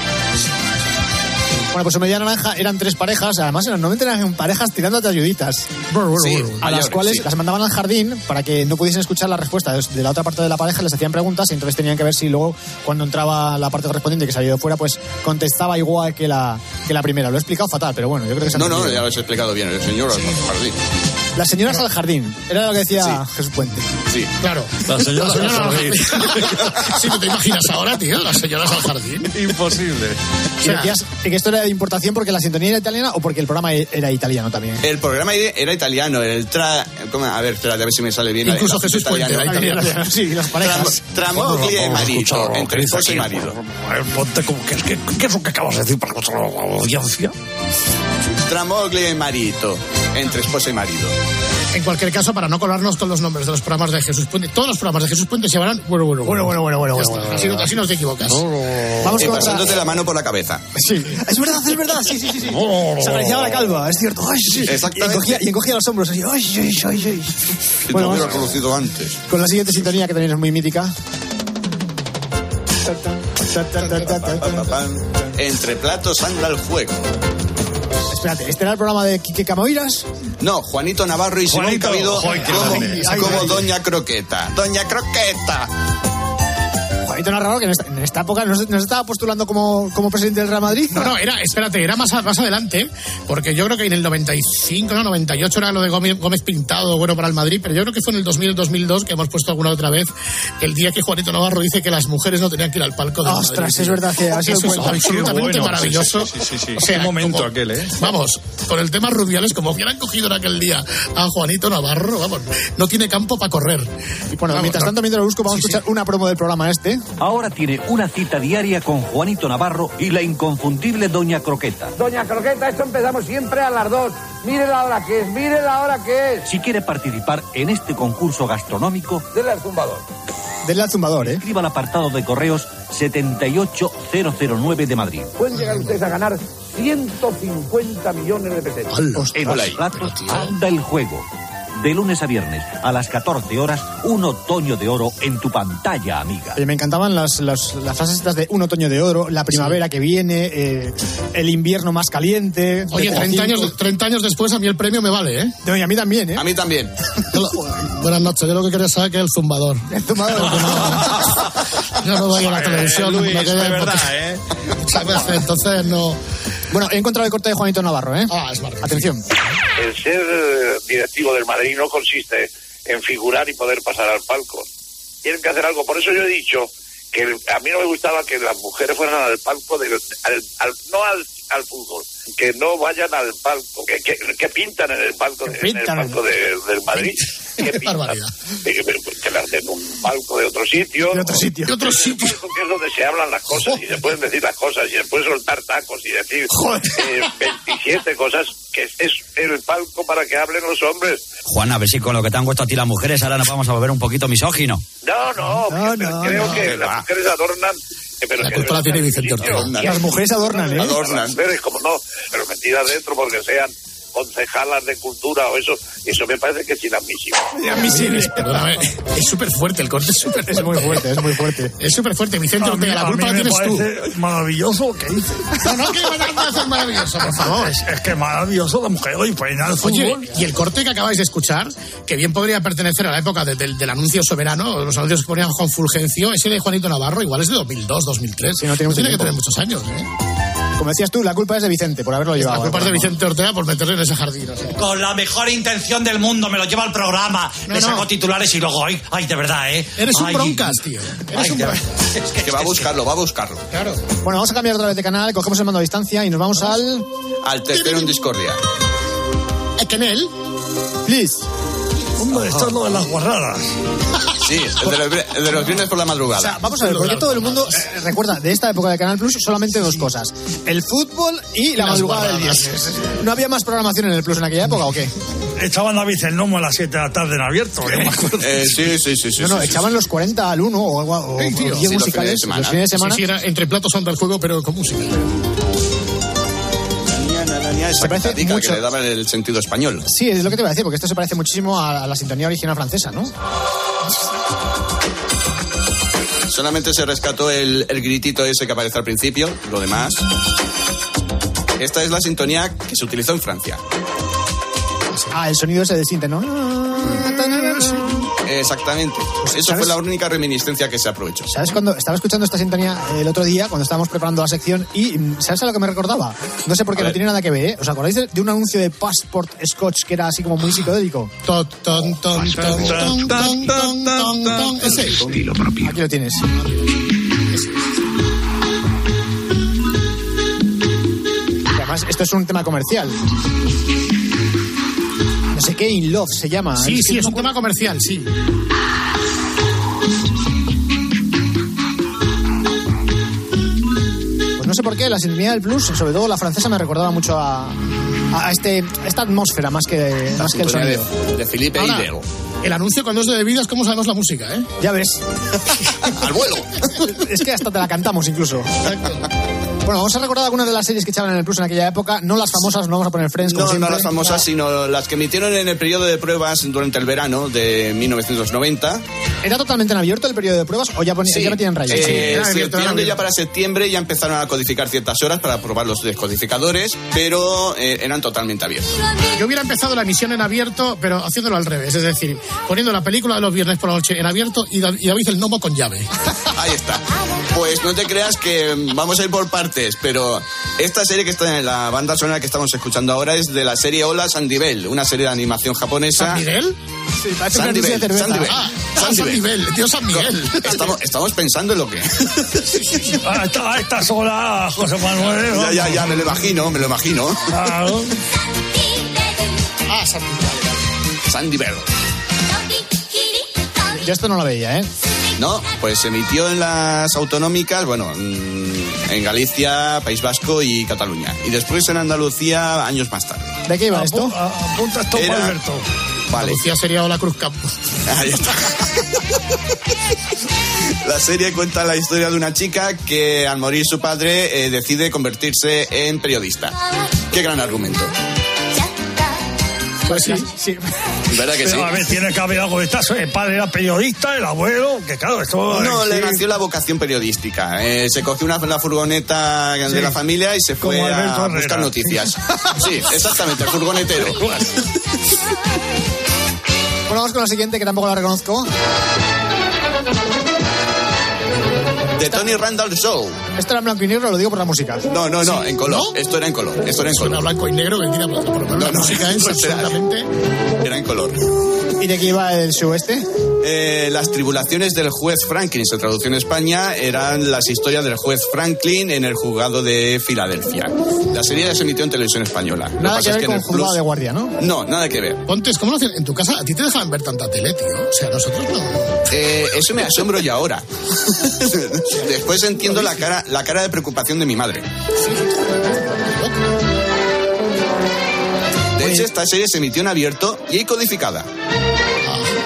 Speaker 8: Bueno, pues en Media Naranja eran tres parejas, además en los 90 eran parejas tirando a ayuditas.
Speaker 12: Sí,
Speaker 8: a
Speaker 12: mayores,
Speaker 8: las cuales
Speaker 12: sí.
Speaker 8: las mandaban al jardín para que no pudiesen escuchar las respuestas de la otra parte de la pareja, les hacían preguntas y entonces tenían que ver si luego cuando entraba la parte correspondiente que se había ido fuera, pues contestaba igual que la, que la primera. Lo he explicado fatal, pero bueno, yo creo que se ha
Speaker 12: No, no,
Speaker 8: entendido.
Speaker 12: ya lo he explicado bien, el señor Osvaldo Jardín.
Speaker 8: Las señoras al jardín, era lo que decía Jesús Puente.
Speaker 12: Sí.
Speaker 7: Claro.
Speaker 19: La señora
Speaker 7: La señora
Speaker 19: Rosa
Speaker 7: al
Speaker 19: Ruiz.
Speaker 7: jardín. Sí, no te imaginas ahora, tío, las señoras al jardín.
Speaker 19: Imposible.
Speaker 8: Y decías que esto era de importación porque la sintonía era italiana o porque el programa e- era italiano también.
Speaker 12: El programa era italiano, el tra... ¿cómo? A ver, espérate, a ver si me sale bien. la-
Speaker 7: Incluso
Speaker 12: el acento
Speaker 7: Jesús Puente era italiano.
Speaker 8: Sí, las parejas.
Speaker 12: Tram- Tramogli y marido, entre esposo y marido.
Speaker 11: Ponte como que, que- que es lo que acabas de decir para escuchar a la audiencia.
Speaker 12: Tramogli y marido, entre esposo y marido.
Speaker 7: En cualquier caso, para no colarnos con los nombres de los programas de Jesús Puente, todos los programas de Jesús Puente se llamarán Bueno, bueno, bueno.
Speaker 8: Bueno, bueno, bueno,
Speaker 7: Ya
Speaker 8: bueno,
Speaker 7: está,
Speaker 8: bueno,
Speaker 7: así, no-
Speaker 8: bueno.
Speaker 7: así no te equivocas.
Speaker 8: Vamos
Speaker 12: Y
Speaker 8: con otra.
Speaker 12: Eh, pasándote la mano por la cabeza.
Speaker 8: Sí. Es verdad, es verdad, sí, sí, sí. sí.
Speaker 14: Oh.
Speaker 8: Se acariciaba la calva, es cierto. Ay, sí. Y
Speaker 12: Eh. Exactamente.
Speaker 8: encogía, y encogía los hombros así. Ay, ay, ay, ay.
Speaker 12: Que
Speaker 8: Bueno,
Speaker 12: te hubiera
Speaker 8: vamos
Speaker 12: conocido antes.
Speaker 8: con la siguiente sintonía que también es muy mítica.
Speaker 12: Pam, pam, pam. Entre platos sangra el fuego.
Speaker 8: Espérate, ¿este era el programa de Quique Camoiras?
Speaker 12: No, Juanito Navarro y Simón
Speaker 19: Juanito,
Speaker 12: Cabido
Speaker 19: joder, qué
Speaker 12: como,
Speaker 19: grande.
Speaker 12: como Doña Croqueta. ¡Doña Croqueta!
Speaker 8: Benito Narrabal, que en esta, en esta época no se, no se estaba postulando como, como presidente del Real Madrid.
Speaker 7: No, no, era, espérate, era más, a- más adelante, porque yo creo que en el 95, no, 98 era lo de Gómez, Gómez Pintado, bueno, para el Madrid, pero yo creo que fue en el 2000, 2002, que hemos puesto alguna otra vez, el día que Juanito Navarro dice que las mujeres no tenían que ir al palco de
Speaker 8: Ostras, es verdad que ha sido
Speaker 7: Eso es
Speaker 8: cuenta.
Speaker 7: absolutamente
Speaker 8: Qué bueno,
Speaker 7: maravilloso.
Speaker 8: sí, sí, sí, sí, sí.
Speaker 7: O sea,
Speaker 8: Qué momento
Speaker 7: como-
Speaker 8: aquel, ¿eh?
Speaker 7: Vamos, con el tema Rubiales, como hubieran cogido en aquel día a Juanito Navarro, vamos, no tiene campo para correr.
Speaker 8: Bueno,
Speaker 7: Vamos,
Speaker 8: mientras
Speaker 7: no.
Speaker 8: tanto, mientras lo busco, vamos
Speaker 7: Sí,
Speaker 8: a escuchar una promo del programa este.
Speaker 20: Ahora tiene una cita diaria con Juanito Navarro y la inconfundible Doña Croqueta.
Speaker 21: Doña Croqueta, esto empezamos siempre a las dos. Mire la hora que es, mire la hora que es.
Speaker 20: Si quiere participar en este concurso gastronómico,
Speaker 21: Dele al zumbador.
Speaker 8: Denle al zumbador, ¿eh?
Speaker 20: escriba al apartado de correos 78009 de Madrid.
Speaker 21: Pueden llegar ustedes a ganar 150 millones de pesetas.
Speaker 20: En los platos anda el juego. De lunes a viernes a las 14 horas, un otoño de oro en tu pantalla, amiga.
Speaker 8: Oye, me encantaban las, las, las frases estas de un otoño de oro, la primavera que viene, eh, el invierno más caliente.
Speaker 7: Oye, 30 años,
Speaker 8: 30 años después a mí el premio me vale, ¿eh? Oye, a mí también, ¿eh? A
Speaker 12: mí también.
Speaker 7: Buenas noches, yo lo que quería saber que es el zumbador. El
Speaker 8: zumbador.
Speaker 7: Yo no voy a la televisión,
Speaker 8: Eh, Luis,
Speaker 7: me quedé
Speaker 8: de verdad,
Speaker 7: ¿eh? Entonces no.
Speaker 8: Bueno, he encontrado el corte de Juanito Navarro, ¿eh? Ah, es Atención.
Speaker 22: El ser eh, directivo del Madrid no consiste en figurar y poder pasar al palco. Tienen que hacer algo. Por eso yo he dicho que el- a mí no me gustaba que las mujeres fueran al palco, del, al- al- no al, al fútbol, que no vayan al palco, que, que, que pintan en el palco, en el
Speaker 7: pintan en el-
Speaker 22: palco de- del Madrid. Que pintan. Que, que las den un palco de otro sitio. De otro
Speaker 8: sitio.
Speaker 22: De otro sitio. Que es donde se hablan las cosas y se pueden decir las cosas y se pueden soltar tacos y decir eh, 27 cosas que es, es el palco para que hablen los hombres.
Speaker 23: Juan, a ver si con lo que te han puesto a ti las mujeres, ahora nos vamos a volver un poquito misógino.
Speaker 22: No, no, pero creo que las mujeres adornan. eh, Pero la
Speaker 23: culpa la tiene Vicente Ortega.
Speaker 8: Las mujeres adornan, ¿eh?
Speaker 22: Adornan. Las mujeres, como no, pero metidas dentro porque sean concejalas de cultura o eso, eso me parece que es inadmisible.
Speaker 7: A mí sí, es- perdóname, es súper fuerte, el corte es súper fuerte. Es muy fuerte, es muy fuerte. Es súper fuerte, Vicente
Speaker 11: A mí-
Speaker 7: Ortega,
Speaker 11: a
Speaker 7: la
Speaker 11: mí
Speaker 7: culpa la
Speaker 11: me
Speaker 7: tienes tú.
Speaker 11: parece Maravilloso lo que dice.
Speaker 7: No, no, que vaya a ser maravilloso, por favor.
Speaker 11: Es, es que maravilloso la mujer hoy pena el
Speaker 7: Oye,
Speaker 11: fútbol.
Speaker 7: y el corte que acabáis de escuchar, que bien podría pertenecer a la época de- del, del anuncio soberano, los anuncios que ponían Juan Fulgencio, ese de Juanito Navarro, igual es de 2002, 2003.
Speaker 8: no tiene mucho
Speaker 7: tiene que
Speaker 8: tiempo.
Speaker 7: tener muchos años, ¿eh?
Speaker 8: Como decías tú, la culpa es de Vicente por haberlo llevado.
Speaker 7: La culpa es de
Speaker 8: Bueno,
Speaker 7: Vicente Ortega por meterle en ese jardín. o sea.
Speaker 24: Con la mejor intención del mundo me lo lleva al programa.
Speaker 7: No,
Speaker 24: le
Speaker 7: no.
Speaker 24: saco titulares y luego, ay, ay, de verdad, ¿eh?
Speaker 7: Eres un
Speaker 24: Ay,
Speaker 7: broncas, tío. Eres
Speaker 24: ay,
Speaker 7: un
Speaker 24: de-
Speaker 7: broncas.
Speaker 12: Que va a buscarlo, va a buscarlo.
Speaker 7: Claro.
Speaker 8: Bueno, vamos a cambiar otra vez de canal, cogemos el mando a distancia y nos vamos al...
Speaker 12: Al tercero en discordia.
Speaker 7: Es que en él...
Speaker 8: Please.
Speaker 11: Hombre, esto es lo de las guarradas.
Speaker 12: Ah. Sí, el de los, el de los viernes por la madrugada.
Speaker 8: O sea, vamos a ver, porque todo el mundo eh, recuerda de esta época de Canal Plus solamente dos cosas: el fútbol y la
Speaker 11: Las
Speaker 8: madrugada del
Speaker 11: guardadas.
Speaker 8: viernes. ¿No había más programación en el Plus en aquella época o qué?
Speaker 11: Echaban a Vicendomo a las 7 de la tarde en abierto. yo me acuerdo.
Speaker 12: Eh, sí, sí, sí, sí.
Speaker 8: no,
Speaker 12: sí,
Speaker 8: no,
Speaker 12: sí,
Speaker 8: echaban los 40 al 1 o algo. O,
Speaker 7: Sí,
Speaker 8: o
Speaker 7: tío.
Speaker 8: 10
Speaker 7: Sí, los
Speaker 8: musicales
Speaker 7: fines de
Speaker 8: los fines de semana.
Speaker 7: Sí, sí, era entre platos anda el juego, pero con música.
Speaker 12: Esa catadica que le daba el sentido español.
Speaker 8: Sí, es lo que te iba a decir, porque esto se parece muchísimo a, a la sintonía original francesa, ¿no?
Speaker 12: Solamente se rescató el, el gritito ese que aparece al principio, lo demás. Esta es la sintonía que se utilizó en Francia.
Speaker 8: Ah, el sonido ese de Sinte, ¿no?
Speaker 12: Exactamente. Eso fue la única reminiscencia que se aprovechó.
Speaker 8: ¿Sabes cuando estaba escuchando esta sintonía el otro día, cuando estábamos preparando la sección, y mm, ¿sabes a lo que me recordaba? No sé por qué,
Speaker 12: A
Speaker 8: no
Speaker 12: ver.
Speaker 8: tiene nada que ver, ¿eh? ¿Os acordáis de, de un anuncio de Passport Scotch que era así como muy psicodélico?
Speaker 7: Ton, ton, ton, ton, ton, ton, ton, ton, ton. Ese.
Speaker 8: Aquí lo tienes. Y además, esto es un tema comercial. No sé qué, In Love se llama.
Speaker 7: Sí,
Speaker 8: Es
Speaker 7: sí,
Speaker 8: que
Speaker 7: Ah, es
Speaker 8: no
Speaker 7: un tema comercial, sí.
Speaker 8: Pues no sé por qué, la sintonía del blues, sobre todo la francesa, me recordaba mucho a, a- a este, a esta atmósfera más que, más que el
Speaker 12: Sintonía
Speaker 8: sonido.
Speaker 12: de, de Felipe
Speaker 7: Ahora,
Speaker 12: y Diego.
Speaker 7: El anuncio cuando es de bebidas, ¿cómo sabemos la música, eh?
Speaker 8: Ya ves.
Speaker 12: ¡Al vuelo!
Speaker 8: es que hasta te la cantamos incluso. Bueno, vamos a recordar algunas de las series que echaban en el Plus en aquella época. No las famosas, no vamos a poner Friends como
Speaker 12: No, no
Speaker 8: siempre. ah.
Speaker 12: las famosas, sino las que emitieron en el periodo de pruebas durante el verano de 1990.
Speaker 8: ¿Era totalmente en abierto el periodo de pruebas o ya, ponía, ya metían rayos?
Speaker 12: Eh,
Speaker 8: era abierto, era
Speaker 12: septiembre,
Speaker 8: abierto.
Speaker 12: ya para septiembre ya empezaron a codificar ciertas horas para probar los descodificadores, pero eh, eran totalmente abiertos.
Speaker 7: Yo hubiera empezado la emisión en abierto, pero haciéndolo al revés. Es decir, poniendo la película de los viernes por la noche en abierto y Da- y David el Nomo con llave.
Speaker 12: Ahí está. Pues no te creas que mm, vamos a ir por partes, pero esta serie que está en la banda sonora que estamos escuchando ahora es de la serie Hola Sandy Bell, una serie de animación japonesa.
Speaker 7: ¿San Miguel? Sí,
Speaker 12: parece un anuncio de cerveza.
Speaker 7: Ah, San, Miguel, tío San Miguel.
Speaker 12: Estamos, estamos pensando en lo que.
Speaker 7: Ah,
Speaker 11: A esta, a esta sola, José Manuel.
Speaker 12: Ya, ya, ya, me lo imagino, me lo imagino.
Speaker 11: Claro.
Speaker 7: Ah, San
Speaker 12: Sandy Bell.
Speaker 8: Yo esto no lo veía, ¿eh?
Speaker 12: No, pues se emitió en las autonómicas, bueno, mm, en Galicia, País Vasco y Cataluña. Y después en Andalucía años más tarde.
Speaker 8: ¿De qué iba esto?
Speaker 11: Apunta esto,
Speaker 12: Era-
Speaker 11: Alberto.
Speaker 12: Vale.
Speaker 7: Lucía sería Hola Cruz Campo.
Speaker 12: Ahí está. La serie cuenta la historia de una chica que al morir su padre eh, decide convertirse en periodista. Qué gran argumento.
Speaker 8: Pues sí, sí.
Speaker 12: ¿Verdad que
Speaker 11: Pero,
Speaker 12: sí?
Speaker 11: A ver, tiene que haber algo de estas. El padre era periodista, el abuelo, que claro, esto.
Speaker 12: No,
Speaker 11: eh,
Speaker 12: le
Speaker 11: sí.
Speaker 12: nació la vocación periodística. Eh, se cogió una, la furgoneta de la familia y se fue
Speaker 11: Como Alberto
Speaker 12: a
Speaker 11: Herrera.
Speaker 12: buscar noticias. Sí, exactamente, furgonetero.
Speaker 8: Bueno, vamos con la siguiente que tampoco la reconozco.
Speaker 12: The Tony Randall Show.
Speaker 8: Esto era en blanco y negro, lo digo por la música.
Speaker 12: No, no, no, en color. Esto era en color. Esto era en
Speaker 7: Suena
Speaker 12: color.
Speaker 7: blanco y negro, vendida por por- por la música es
Speaker 12: Pues era-
Speaker 7: absolutamente...
Speaker 12: Era en color.
Speaker 8: ¿Y de qué iba el show este?
Speaker 12: Eh, las tribulaciones del juez Franklin, se tradució en España, eran las historias del juez Franklin en el juzgado de Filadelfia. La serie ya se emitió en televisión española. Lo
Speaker 8: Nada
Speaker 12: pasa
Speaker 8: que
Speaker 12: es
Speaker 8: ver con
Speaker 12: en el Plus-
Speaker 8: Juzgado de Guardia, ¿no?
Speaker 12: No, nada que ver.
Speaker 7: Pontes, ¿cómo lo hacen? En tu casa a ti te dejaban ver tanta tele, tío. O sea, nosotros no.
Speaker 12: Eh, eso me asombro ya ahora. Después entiendo la cara, la cara de preocupación de mi madre. De hecho, esta serie se emitió en abierto y codificada.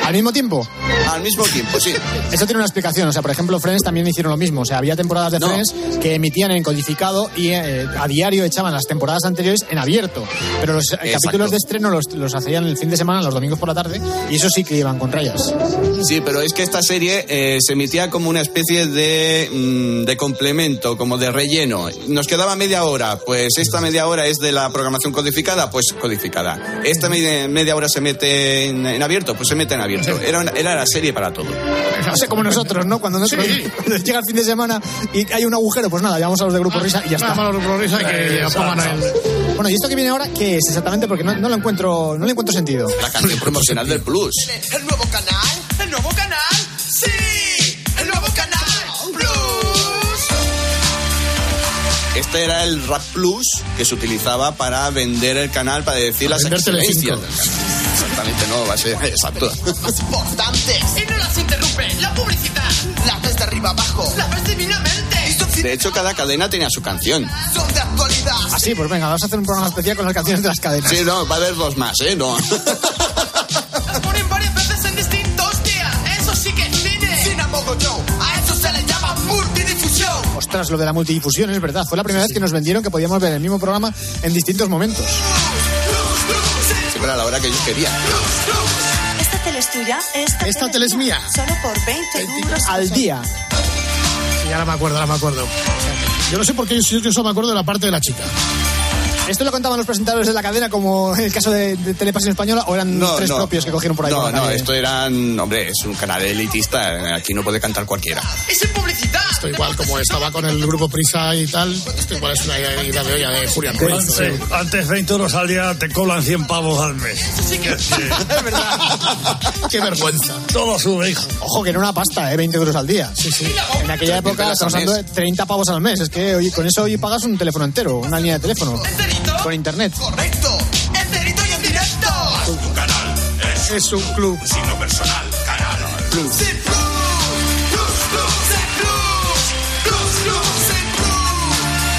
Speaker 8: ¿Al mismo tiempo?
Speaker 12: Al mismo tiempo, sí.
Speaker 8: Eso tiene una explicación. O sea, por ejemplo, Friends también hicieron lo mismo. O sea, había temporadas de Friends que emitían en codificado y eh, a diario echaban las temporadas anteriores en abierto. Pero los eh,
Speaker 12: Exacto.
Speaker 8: capítulos de estreno los, los hacían el fin de semana, los domingos por la tarde, y eso sí que iban con rayas.
Speaker 12: Sí, pero es que esta serie eh, se emitía como una especie de, mm, de complemento, como de relleno. Nos quedaba media hora, pues esta media hora es de la programación codificada, pues codificada. Esta me- media hora se mete en, en abierto, pues se mete en abierto. Era, una- era la serie para todo.
Speaker 8: No sé, como nosotros, ¿no? Cuando nosotros llega el fin de semana y hay un agujero, pues nada, llamamos a los de Grupo Risa y ya está.
Speaker 7: Nada más los Grupo Risa que apagan a él.
Speaker 8: Bueno, ¿y esto que viene ahora qué es exactamente? Porque no, no lo encuentro, no le encuentro sentido.
Speaker 12: La canción promocional del Plus.
Speaker 25: El nuevo canal, el nuevo canal, sí, el nuevo canal Plus.
Speaker 12: Este era el Rap Plus que se utilizaba para vender el canal, para decir las
Speaker 7: vender
Speaker 12: excelencias
Speaker 7: Telecinco.
Speaker 12: del canal. Exactamente, no, va a ser exacto.
Speaker 25: Más importantes y no las interrumpe la publicidad. Las ves de arriba abajo, las ves divinamente y son,
Speaker 12: De hecho, cada cadena tenía su canción.
Speaker 25: son de actualidad.
Speaker 8: Así, pues venga, vamos a hacer un programa especial con las canciones de las cadenas.
Speaker 12: Sí, no, va a haber dos más, ¿eh? No.
Speaker 25: Las ponen varias veces en distintos días. Eso sí que es cine. Cine a mogollón. A eso se le llama multidifusión.
Speaker 8: Ostras, lo de la multidifusión, es verdad. Fue la primera vez que nos vendieron que podíamos ver el mismo programa en distintos momentos.
Speaker 12: Siempre a la hora que yo quería.
Speaker 2: Esta tele es tuya, esta,
Speaker 7: Esta tele es mía.
Speaker 2: Solo por 20 euros
Speaker 8: Al día.
Speaker 7: Sí, ahora me acuerdo, ahora me acuerdo. Yo no sé por qué yo, yo solo me acuerdo de la parte de la chica.
Speaker 8: ¿Esto lo contaban los presentadores de la cadena como el caso de, de Telepasión Española o eran
Speaker 12: No,
Speaker 8: tres
Speaker 12: no.
Speaker 8: propios que cogieron por ahí? por
Speaker 12: No,
Speaker 8: la
Speaker 12: no,
Speaker 8: calle?
Speaker 12: esto eran. Hombre, es un canal elitista. Aquí no puede cantar cualquiera.
Speaker 25: Es en publicidad.
Speaker 7: Esto igual, como estaba con el grupo Prisa y tal, esto igual es una idea de olla de Julián
Speaker 11: Que
Speaker 7: Ruiz. ¿eh?
Speaker 11: Antes, antes 20 euros al día te cobran 100 pavos al mes.
Speaker 25: Eso sí que es
Speaker 7: Qué vergüenza.
Speaker 11: Todo sube, hijo.
Speaker 8: Ojo, que era una pasta, ¿eh? 20 euros al día. Sí, sí. En aquella época estamos hablando de 30 pavos al mes. Es que hoy, con eso hoy pagas un teléfono entero, una línea de teléfono. Con internet.
Speaker 25: correcto. Enterito y en directo.
Speaker 13: Tu canal es,
Speaker 7: un club.
Speaker 13: Signo personal, canal.
Speaker 12: Plus.
Speaker 25: Sí, plus, plus, plus, sí, plus, plus,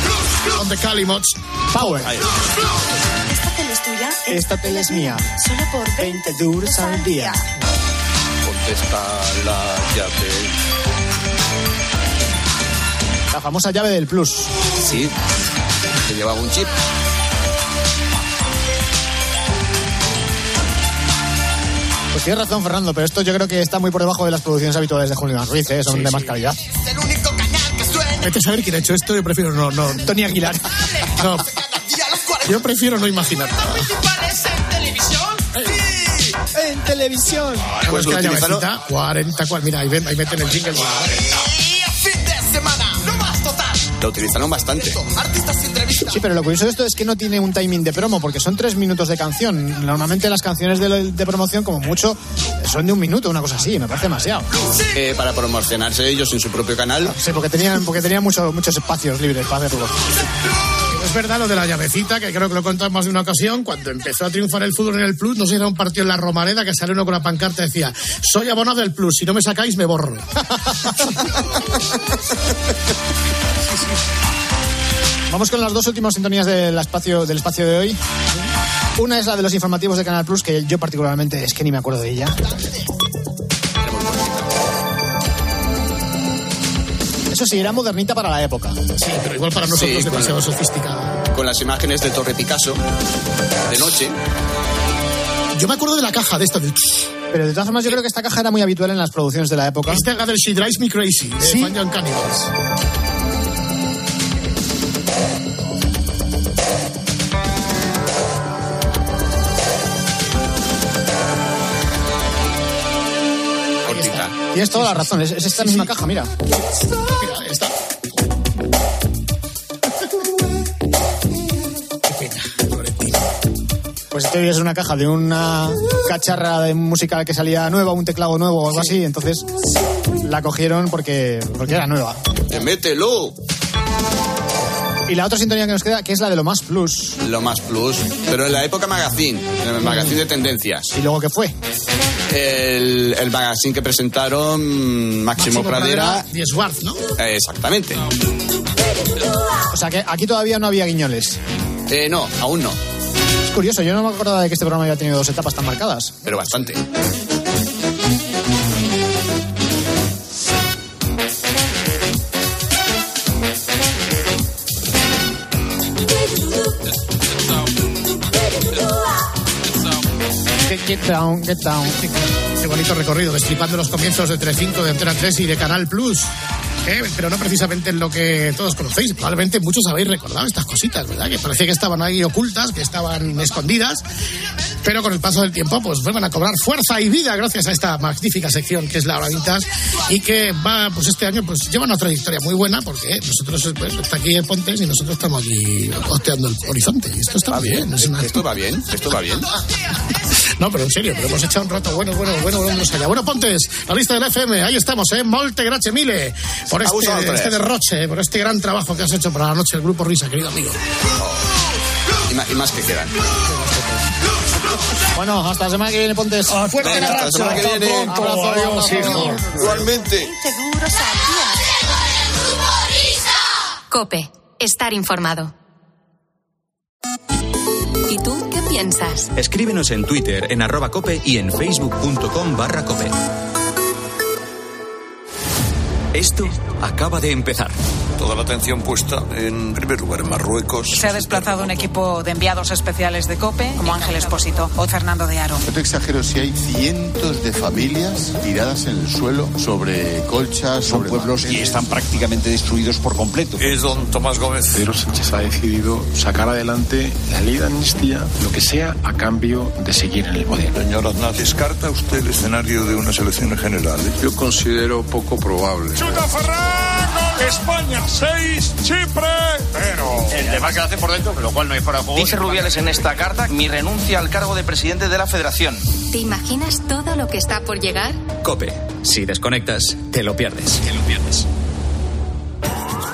Speaker 25: plus, sí,
Speaker 7: On the Calimots.
Speaker 8: Power.
Speaker 2: Esta tele es tuya,
Speaker 8: Esta tele es mía.
Speaker 2: solo por 20
Speaker 8: euros al día.
Speaker 12: Contesta la llave.
Speaker 8: La famosa llave del plus.
Speaker 12: Sí.
Speaker 26: Que llevaba un chip.
Speaker 8: Pues tienes razón, Fernando, pero esto yo creo que está muy por debajo de las producciones habituales de Julio Ruiz, ¿eh? son
Speaker 7: Sí,
Speaker 8: de más
Speaker 7: sí.
Speaker 8: calidad.
Speaker 7: Vete a saber quién ha hecho esto, yo prefiero no. no. Tony Aguilar. No. Yo prefiero no imaginar.
Speaker 10: en televisión? Sí, en televisión.
Speaker 7: Pues la
Speaker 10: utilízalo.
Speaker 7: llavecita, 40, cual, mira, ahí, ven, ahí meten el jingle.
Speaker 10: Y a fin de semana, no más total.
Speaker 12: Lo utilizaron bastante.
Speaker 10: Artistas y entrevistas.
Speaker 8: Sí, pero lo curioso de esto es que no tiene un timing de promo, porque son tres minutos de canción. Normalmente las canciones de, de promoción, como mucho, son de un minuto, una cosa así, me parece demasiado.
Speaker 12: Eh, para promocionarse ellos en su propio canal.
Speaker 8: Sí, porque tenían, porque tenían mucho- muchos espacios libres para hacerlo.
Speaker 7: Es verdad lo de la llavecita, que creo que lo he contado en más de una ocasión. Cuando empezó a triunfar el fútbol en el Plus, no sé si era un partido en la Romareda que sale uno con la pancarta y decía: Soy abonado del Plus, si no me sacáis, me borro.
Speaker 8: Vamos con las dos últimas sintonías del espacio, del espacio de hoy. Una es la de los informativos de Canal Plus, que yo particularmente es que ni me acuerdo de ella. Eso sí, era modernita para la época.
Speaker 7: Sí, pero igual para nosotros
Speaker 12: Sí,
Speaker 7: es demasiado
Speaker 12: claro.
Speaker 7: sofisticado.
Speaker 12: Con las imágenes de Torre Picasso. De noche.
Speaker 7: Yo me acuerdo de la caja de esta del.
Speaker 8: Pero de todas formas, yo creo que esta caja era muy habitual en las producciones de la época.
Speaker 7: Esta es la del She Drives Me Crazy, de
Speaker 8: Sí.
Speaker 7: Juan John Cannibals.
Speaker 12: Cortita.
Speaker 8: Tienes toda la razón, es, es esta misma caja, mira.
Speaker 7: Mira, esta.
Speaker 8: Pues esto es una caja de una cacharra de musical que salía nueva, un teclado nuevo o algo así, entonces la cogieron porque, porque era nueva.
Speaker 12: Eh, ¡Mételo!
Speaker 8: Y la otra sintonía que nos queda, que es la de lo más plus.
Speaker 12: Lo más plus. Pero en la época magazine. En el magazine de tendencias.
Speaker 8: ¿Y luego qué fue?
Speaker 12: El, el magazine que presentaron mm, Máximo, Pradera.
Speaker 7: Y Schwarz, ¿no?
Speaker 12: Eh, exactamente.
Speaker 8: O sea que aquí todavía no había guiñoles.
Speaker 12: Eh, no, aún no.
Speaker 8: Es curioso, yo no me acordaba de que este programa había tenido dos etapas tan marcadas.
Speaker 12: Pero bastante.
Speaker 8: Get, get down, get down.
Speaker 7: Qué bonito recorrido, destripando los comienzos de 3.5, de Antena 3 y de Canal Plus. Eh, Pero no precisamente en lo que todos conocéis. Probablemente muchos habéis recordado estas cositas, ¿verdad? Que parecía que estaban ahí ocultas, que estaban escondidas. Pero con el paso del tiempo, pues vuelvan a cobrar fuerza y vida gracias a esta magnífica sección que es la Bravitas y que va, pues este año, pues lleva una trayectoria muy buena porque nosotros, pues, está aquí Pontes y nosotros estamos aquí costeando el horizonte. Y esto está bien. es una-
Speaker 12: Esto va bien, esto va bien.
Speaker 7: no, pero en serio, pero hemos echado un rato bueno, bueno, bueno, bueno, vamos allá. Bueno, Pontes, la lista del FM, ahí estamos, ¿eh? Molte grazie mille por
Speaker 12: A
Speaker 7: este,
Speaker 12: vosotros.
Speaker 7: este derroche, eh, por este gran trabajo que has hecho para la noche del Grupo Risa, querido amigo.
Speaker 12: Y ma- y más, que quedan.
Speaker 8: Bueno, hasta la semana que viene, Pontes.
Speaker 18: Ah,
Speaker 12: Venga, hasta la semana que viene.
Speaker 8: Abrazo,
Speaker 12: Adiós, hijo. Igualmente.
Speaker 27: 20 duros al día.
Speaker 6: Cope, estar informado. ¿Y tú qué piensas?
Speaker 20: Escríbenos en Twitter, en arroba cope y en facebook.com barra cope. Esto acaba de empezar.
Speaker 22: Toda la atención puesta en primer lugar en Marruecos.
Speaker 28: Se ha desplazado un equipo de enviados especiales de COPE, como Ángel Espósito o Fernando de Aro.
Speaker 29: No te exagero si hay cientos de familias tiradas en el suelo sobre colchas, sobre pueblos y están prácticamente destruidos por completo.
Speaker 22: Es don Tomás Gómez.
Speaker 30: Pedro Sánchez ha decidido sacar adelante la ley de amnistía, lo que sea, a cambio de seguir en el poder.
Speaker 22: Señor Aznar, ¿descarta usted el escenario de unas elecciones generales? Yo considero poco probable.
Speaker 3: Chuta Ferran, España 6, Chipre 0. El tema que hace por dentro, lo cual no hay para juego.
Speaker 31: Dice Rubiales en esta carta mi renuncia al cargo de presidente de la federación.
Speaker 6: ¿Te imaginas todo lo que está por llegar?
Speaker 20: Cope. Si desconectas, te lo pierdes. Te lo pierdes.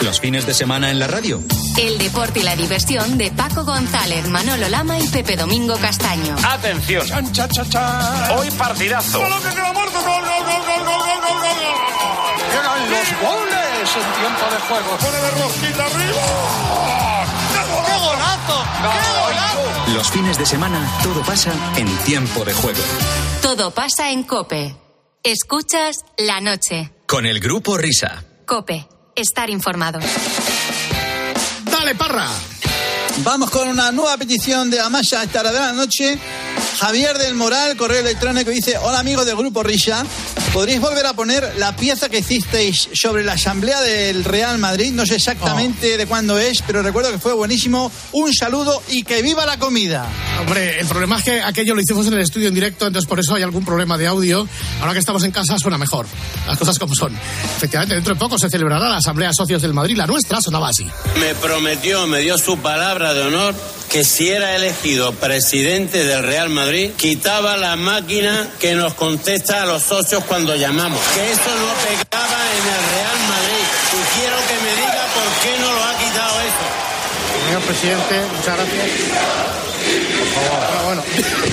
Speaker 20: Los fines de semana en la radio.
Speaker 6: El deporte y la diversión de Paco González, Manolo Lama y Pepe Domingo Castaño.
Speaker 31: Atención. Hoy partidazo.
Speaker 3: Llegan los goles en tiempo de juego. Pone de rosquita arriba. ¡Qué golazo! ¡Qué golazo!
Speaker 20: Los fines de semana todo pasa en tiempo de juego.
Speaker 6: Todo pasa en Cope. Escuchas la noche.
Speaker 20: Con el grupo Risa.
Speaker 6: Cope,
Speaker 1: Estar informados.
Speaker 7: Dale, parra.
Speaker 6: Vamos con una nueva petición de Amaya estará de la noche. Javier del Moral, correo electrónico, dice: Hola amigos del grupo Risha. ¿Podríais volver a poner la pieza que hicisteis sobre la asamblea del Real Madrid? No sé exactamente de cuándo es, pero recuerdo que fue buenísimo. Un saludo y que viva la comida.
Speaker 7: Hombre, el problema es que aquello lo hicimos en el estudio en directo, entonces por eso hay algún problema de audio. Ahora que estamos en casa suena mejor. Las cosas como son. Efectivamente, dentro de poco se celebrará la Asamblea de Socios del Madrid. La nuestra sonaba así.
Speaker 9: Me prometió, me dio su palabra de honor que si era elegido presidente del Real Madrid, quitaba la máquina que nos contesta a los socios cuando llamamos. Que eso no pegaba en el Real Madrid. Y quiero que me diga por qué no lo ha quitado esto.
Speaker 7: Señor presidente, muchas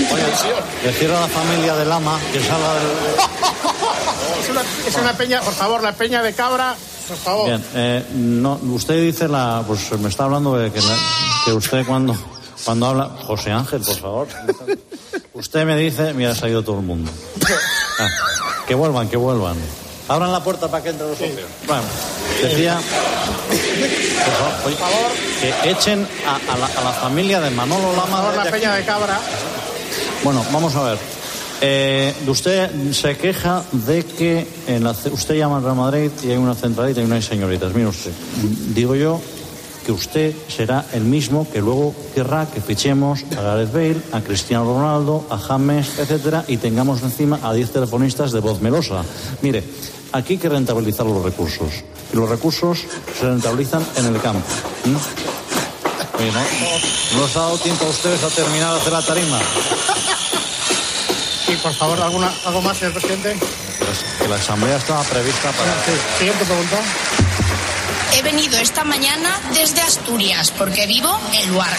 Speaker 7: gracias. Bueno,
Speaker 18: Le cierro a la familia de Lama que salga del.
Speaker 7: Es una, es una peña, por favor, la peña de cabra, por
Speaker 6: Oh.
Speaker 7: favor.
Speaker 18: Bien, eh, no, usted dice la. Pues me está hablando de que, la- que usted cuando, cuando habla. José Ángel, por favor. Usted me dice. Mira, se ha ido todo el mundo. Ah, que vuelvan, que vuelvan. Abran la puerta para que entre los socios. Bueno, decía. Por favor, oye, que echen a, a la, a la familia de Manolo
Speaker 7: Por
Speaker 18: Lama.
Speaker 7: favor,
Speaker 18: de
Speaker 7: la peña de cabra.
Speaker 18: Bueno, vamos a ver. Eh, usted se queja de que en la ce- usted llama al Real Madrid y hay una centralita y no hay señoritas. Mire usted, digo yo que usted será el mismo que luego querrá que fichemos a Gareth Bale, a Cristiano Ronaldo, a James, etcétera, y tengamos encima a 10 telefonistas de voz melosa. Mire, aquí hay que rentabilizar los recursos. Y los recursos se rentabilizan en el campo. ¿Mm? Oye, ¿no? ¿No os ha dado tiempo a ustedes a terminar de hacer la tarima?
Speaker 7: Sí, por favor, ¿alguna, ¿algo más, señor presidente?
Speaker 18: Que la asamblea estaba prevista para.
Speaker 7: Siguiente pregunta.
Speaker 2: He venido esta mañana desde Asturias porque vivo en Luarca.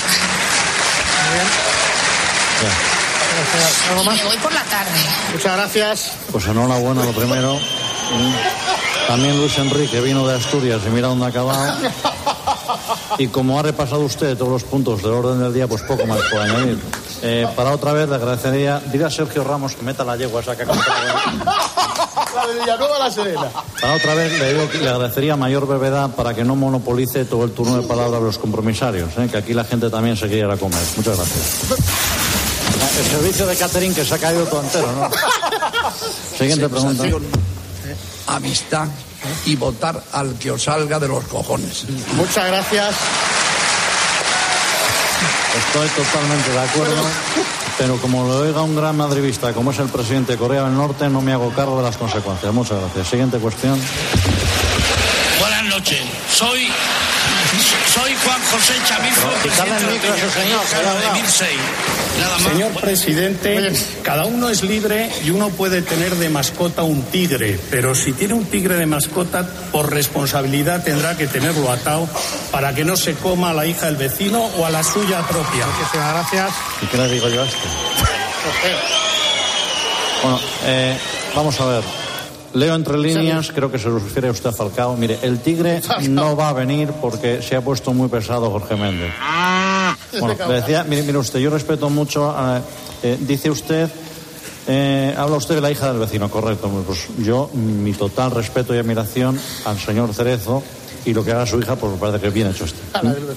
Speaker 7: ¿Algo más?
Speaker 2: Me voy por la tarde.
Speaker 7: Muchas gracias.
Speaker 18: Pues enhorabuena lo primero. Mm. También Luis Enrique vino de Asturias y mira dónde ha acabado. Y como ha repasado usted todos los puntos del orden del día, pues poco más por añadir. Eh, para otra vez le agradecería, dile a Sergio Ramos que meta la yegua esa que ha comprado.
Speaker 13: La de Villanueva la Serena.
Speaker 18: Para otra vez le, digo que le agradecería mayor brevedad para que no monopolice todo el turno de palabra de los compromisarios, ¿eh? que aquí la gente también se quiere ir a comer. Muchas gracias. El servicio de catering que se ha caído todo entero, ¿no? Siguiente
Speaker 32: pues,
Speaker 18: pregunta.
Speaker 32: eh, amistad y votar al que os salga de los cojones.
Speaker 7: Muchas gracias.
Speaker 18: Estoy totalmente de acuerdo, pero como lo oiga un gran madridista como es el presidente de Corea del Norte, no me hago cargo de las consecuencias. Muchas gracias. Siguiente cuestión.
Speaker 15: Buenas noches. Soy soy Juan José Chamizo,
Speaker 18: quitarle el micro a ese señor, que
Speaker 15: Claro,
Speaker 18: le ha
Speaker 15: de
Speaker 18: hablado.
Speaker 15: 2006. Nada más.
Speaker 33: Señor presidente, cada uno es libre y uno puede tener de mascota un tigre, pero si tiene un tigre de mascota, por responsabilidad tendrá que tenerlo atado para que no se coma a la hija del vecino o a la suya propia.
Speaker 7: Muchísimas gracias.
Speaker 18: ¿Y qué le digo yo a este? Bueno, eh, vamos a ver. Leo entre líneas, creo que se refiere usted a Falcao. Mire, el Tigre no va a venir porque se ha puesto muy pesado Jorge Méndez. Bueno, pues, le decía, mire, mire usted, yo respeto mucho. a- eh, dice usted, eh, habla usted de la hija del vecino, correcto. Pues yo, mi total respeto y admiración al señor Cerezo y lo que haga su hija, pues me parece que bien hecho usted. Ah, soy un-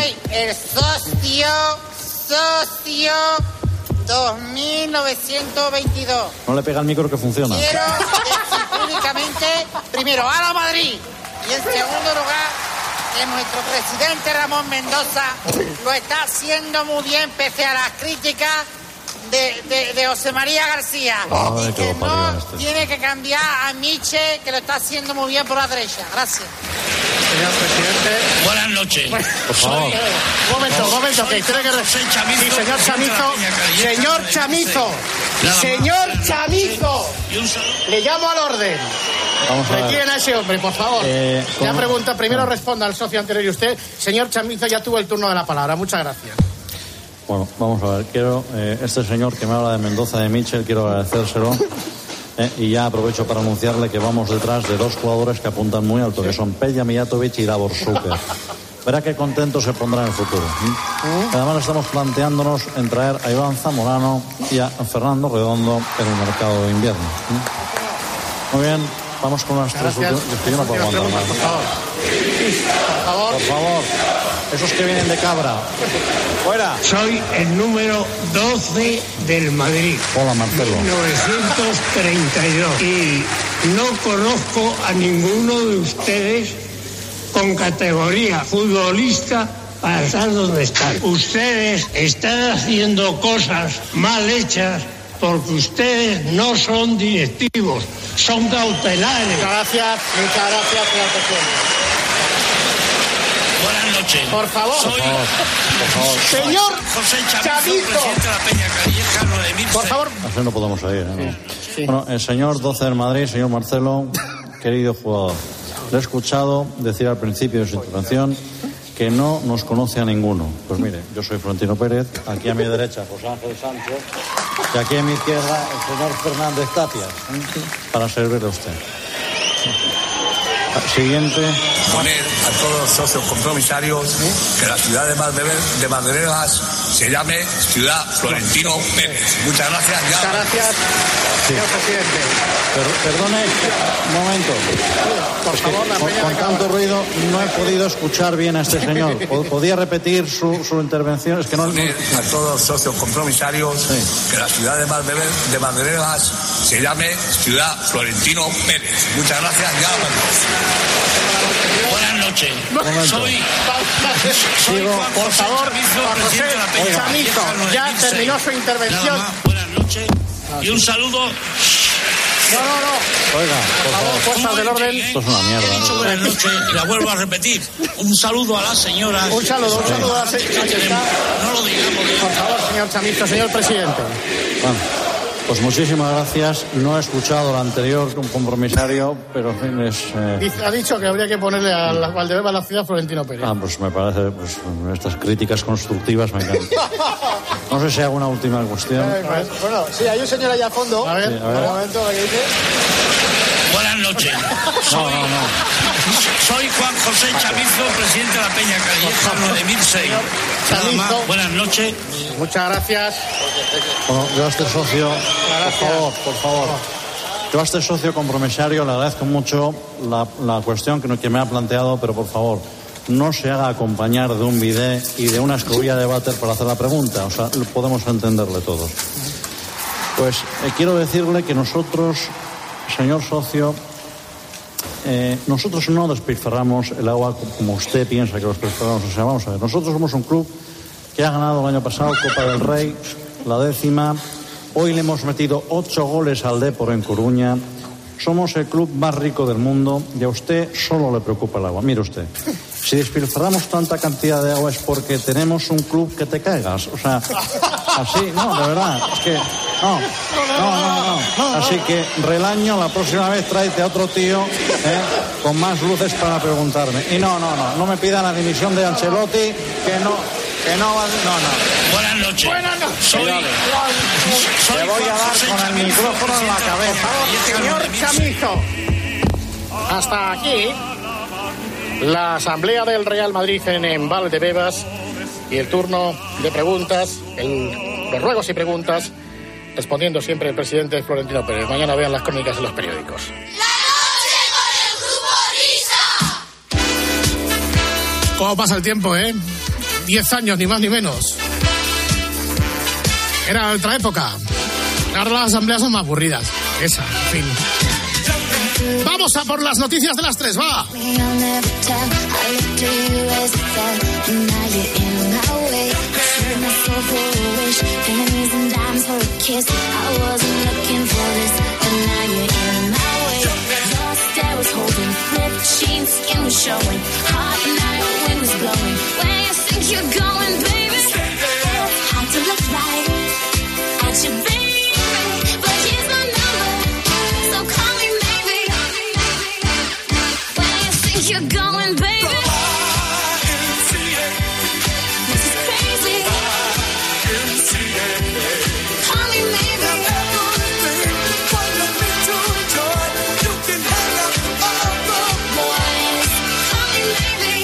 Speaker 19: Soy el socio, socio 2922.
Speaker 18: No le pega el micro que funciona.
Speaker 19: Quiero decir públicamente, primero, a la Madrid. Y en segundo lugar, que nuestro presidente Ramón Mendoza lo está haciendo muy bien, pese a las críticas de, de- de José María García.
Speaker 18: Ay,
Speaker 19: y
Speaker 18: que
Speaker 19: que
Speaker 18: lo parió
Speaker 19: no
Speaker 18: Ah, este.
Speaker 19: tiene que cambiar a Miche, que lo está haciendo muy bien por la derecha. Gracias.
Speaker 15: Señor presidente. Buenas noches.
Speaker 18: Por favor.
Speaker 15: Soy-
Speaker 7: Un momento, un momento, que creo que... Sí, señor Chamizo. Señor Chamizo. Señor Chamizo. Le llamo al orden.
Speaker 18: Vamos a ver.
Speaker 7: Retiren a ese hombre, por favor.
Speaker 18: Eh,
Speaker 7: ya
Speaker 18: ¿cómo?
Speaker 7: pregunta, primero responda al socio anterior y usted. Señor Chamizo, ya tuvo el turno de la palabra. Muchas gracias.
Speaker 18: Bueno, vamos a ver. Quiero, eh, este señor que me habla de Mendoza de Michel, quiero agradecérselo. eh, y ya aprovecho para anunciarle que vamos detrás de dos jugadores que apuntan muy alto, que son Peja Mijatovic y Davor Suker. Verá qué contento se pondrá en el futuro. ¿eh? Además, estamos planteándonos en traer a Iván Zamorano y a Fernando Redondo en el mercado de invierno. ¿eh? Muy bien. Vamos con las tres
Speaker 7: Gracias.
Speaker 18: últimas. Yo no puedo
Speaker 7: Últimas
Speaker 18: aguantar
Speaker 7: preguntas,
Speaker 18: más.
Speaker 7: por favor.
Speaker 18: Por favor, esos que vienen de cabra. Fuera.
Speaker 3: Soy el número 12 del Madrid.
Speaker 18: Hola, Marcelo.
Speaker 3: 932. Y no conozco a ninguno de ustedes con categoría futbolista para estar donde están. Ustedes están haciendo cosas mal hechas porque ustedes no son directivos, son cautelares. Muchas gracias, muchas gracias por la
Speaker 8: Buenas noches.
Speaker 3: Por favor.
Speaker 8: Soy...
Speaker 3: Señor
Speaker 8: José
Speaker 3: Chavito.
Speaker 8: Chavito, presidente de la Peña Calleja, 9000.
Speaker 3: Por favor,
Speaker 18: Así no podemos salir. ¿eh? Bueno, el señor 12 del Madrid, señor Marcelo, querido jugador, le he escuchado decir al principio de su intervención que no nos conoce a ninguno. Pues mire, yo soy Florentino Pérez, aquí a mi derecha José Ángel Sánchez y aquí a mi izquierda el señor Fernández Tapias, ¿eh? para servirle a usted. Siguiente.
Speaker 34: poner a todos los socios compromisarios que la ciudad de Madre- de Madrelas se llame Ciudad Florentino Pérez. Muchas gracias. Muchas gracias,
Speaker 18: señor
Speaker 34: presidente.
Speaker 18: perdone, un momento. Por favor, con, con tanto ruido no he podido escuchar bien a este señor. Po- ¿Podía repetir su, su intervención? Es que no...
Speaker 34: Poner a todos los socios compromisarios que la ciudad de Madre- de Madrelas se llame Ciudad Florentino Pérez. Muchas gracias. Ya pues,
Speaker 8: Buenas noches.
Speaker 34: momento.
Speaker 8: Soy... soy
Speaker 3: Sigo,
Speaker 8: Juan
Speaker 3: por
Speaker 8: José
Speaker 3: favor,
Speaker 8: Chamizo,
Speaker 3: Juan
Speaker 8: presidente
Speaker 3: José
Speaker 8: de la Peña
Speaker 3: Chamizo,
Speaker 8: Calleja,
Speaker 3: ya
Speaker 8: 9006.
Speaker 3: terminó su intervención. Ah,
Speaker 8: Nada más, Buenas noches. Y un saludo.
Speaker 3: No, no, no.
Speaker 18: Oiga, por favor.
Speaker 3: Fuerzas del orden.
Speaker 8: ¿eh?
Speaker 18: Esto es una mierda.
Speaker 3: ¿no?
Speaker 8: Buenas noches, y la vuelvo a repetir. Un saludo a las señoras.
Speaker 3: Un saludo, un saludo a la se- ahí está.
Speaker 8: No lo digamos. ¿eh?
Speaker 3: Por favor, señor Chamizo, señor presidente.
Speaker 18: Bueno, pues muchísimas gracias. No he escuchado el anterior un compromisario, pero en fin, es... eh,
Speaker 3: Dice- Ha dicho que habría que ponerle a la Valdebeba a la ciudad Florentino Pérez.
Speaker 18: Ah, pues me parece, pues estas críticas constructivas me encantan. No sé si hago una última cuestión.
Speaker 8: Eh,
Speaker 3: Ay, pues, Bueno, sí, hay un señor allá a fondo. A ver,
Speaker 18: Sí, a ver.
Speaker 3: un momento, ¿qué dice?
Speaker 8: Buenas noches.
Speaker 18: No, no, no.
Speaker 8: Soy Juan José Chamizo, presidente de la Peña Calleja 9006. Nada más, Buenas noches.
Speaker 3: Muchas gracias.
Speaker 18: Bueno, yo a este socio, por favor, por favor. Yo a este socio compromisario le agradezco mucho la, la cuestión que, no- que me ha planteado, pero por favor, no se haga acompañar de un bidé y de una escobilla de váter para hacer la pregunta. O sea, lo podemos entenderle todos. Pues eh, quiero decirle que nosotros, señor socio, eh, nosotros no despilfarramos el agua como usted piensa que los despilfarramos. O sea, vamos a ver, nosotros somos un club que ha ganado el año pasado Copa del Rey, la décima. Hoy le hemos metido ocho goles al Depor en Coruña. Somos el club más rico del mundo y a usted solo le preocupa el agua. Mire usted, si despilfarramos tanta cantidad de agua es porque tenemos un club que te cagas. O sea, así, no, de verdad. Es que, no, no, no, no. Así que, relaño, la próxima vez tráete a otro tío ¿eh? con más luces para preguntarme. Y no, no, no, no me pida la dimisión de Ancelotti, que no, que no, va- no, no.
Speaker 8: Buenas noches. Buenas noches. Soy,
Speaker 18: Cuidado.
Speaker 8: soy
Speaker 18: Te voy a
Speaker 8: Juan
Speaker 18: dar
Speaker 8: José
Speaker 18: con el
Speaker 8: Chamizo,
Speaker 18: micrófono en la
Speaker 8: presidente de Peña
Speaker 18: cabeza.
Speaker 8: Calleja
Speaker 3: Señor
Speaker 8: 9006.
Speaker 3: Chamizo. Hasta aquí la asamblea del Real Madrid en, en Valdebebas y el turno de preguntas, el- los ruegos y preguntas, respondiendo siempre el presidente Florentino Pérez. Mañana vean las crónicas en los periódicos.
Speaker 7: ¿Cómo pasa el tiempo, eh? Diez años, ni más ni menos. Era otra época. Ahora las asambleas son más aburridas. Esa, en fin. Vamos a por las noticias de las tres, va.
Speaker 10: Showing hot night wind was blowing. Where you think you're going, baby? Hard to look right at you, baby. But here's my number, so call me, maybe. Where you think you're going, baby? This is crazy. Call me, maybe. Boys, call me, maybe.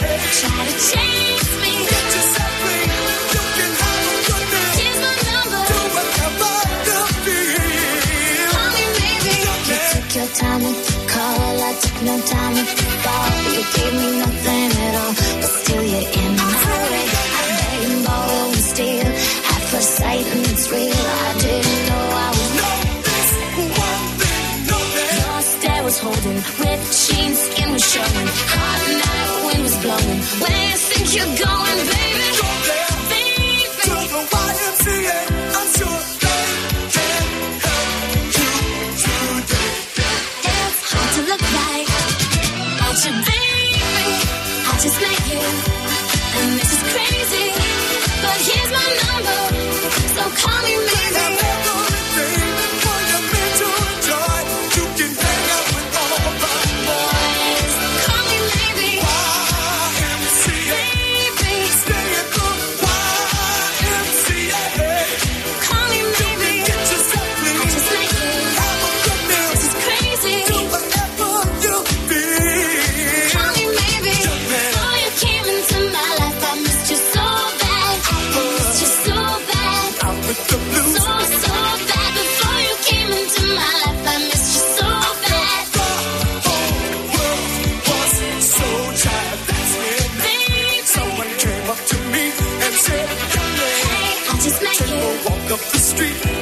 Speaker 10: Baby, try to change. Ripped jeans, skin was showing. Hot night, wind was blowing.
Speaker 20: Where you think you're going, baby? Go there, baby. To the YMCA. I'm sure they can help you today. It's hard to look back at you, baby. I just met you, and this is crazy. But here's my number, so call me,
Speaker 10: Someone came up to me and said, Hey, I just met you. Walk up the street.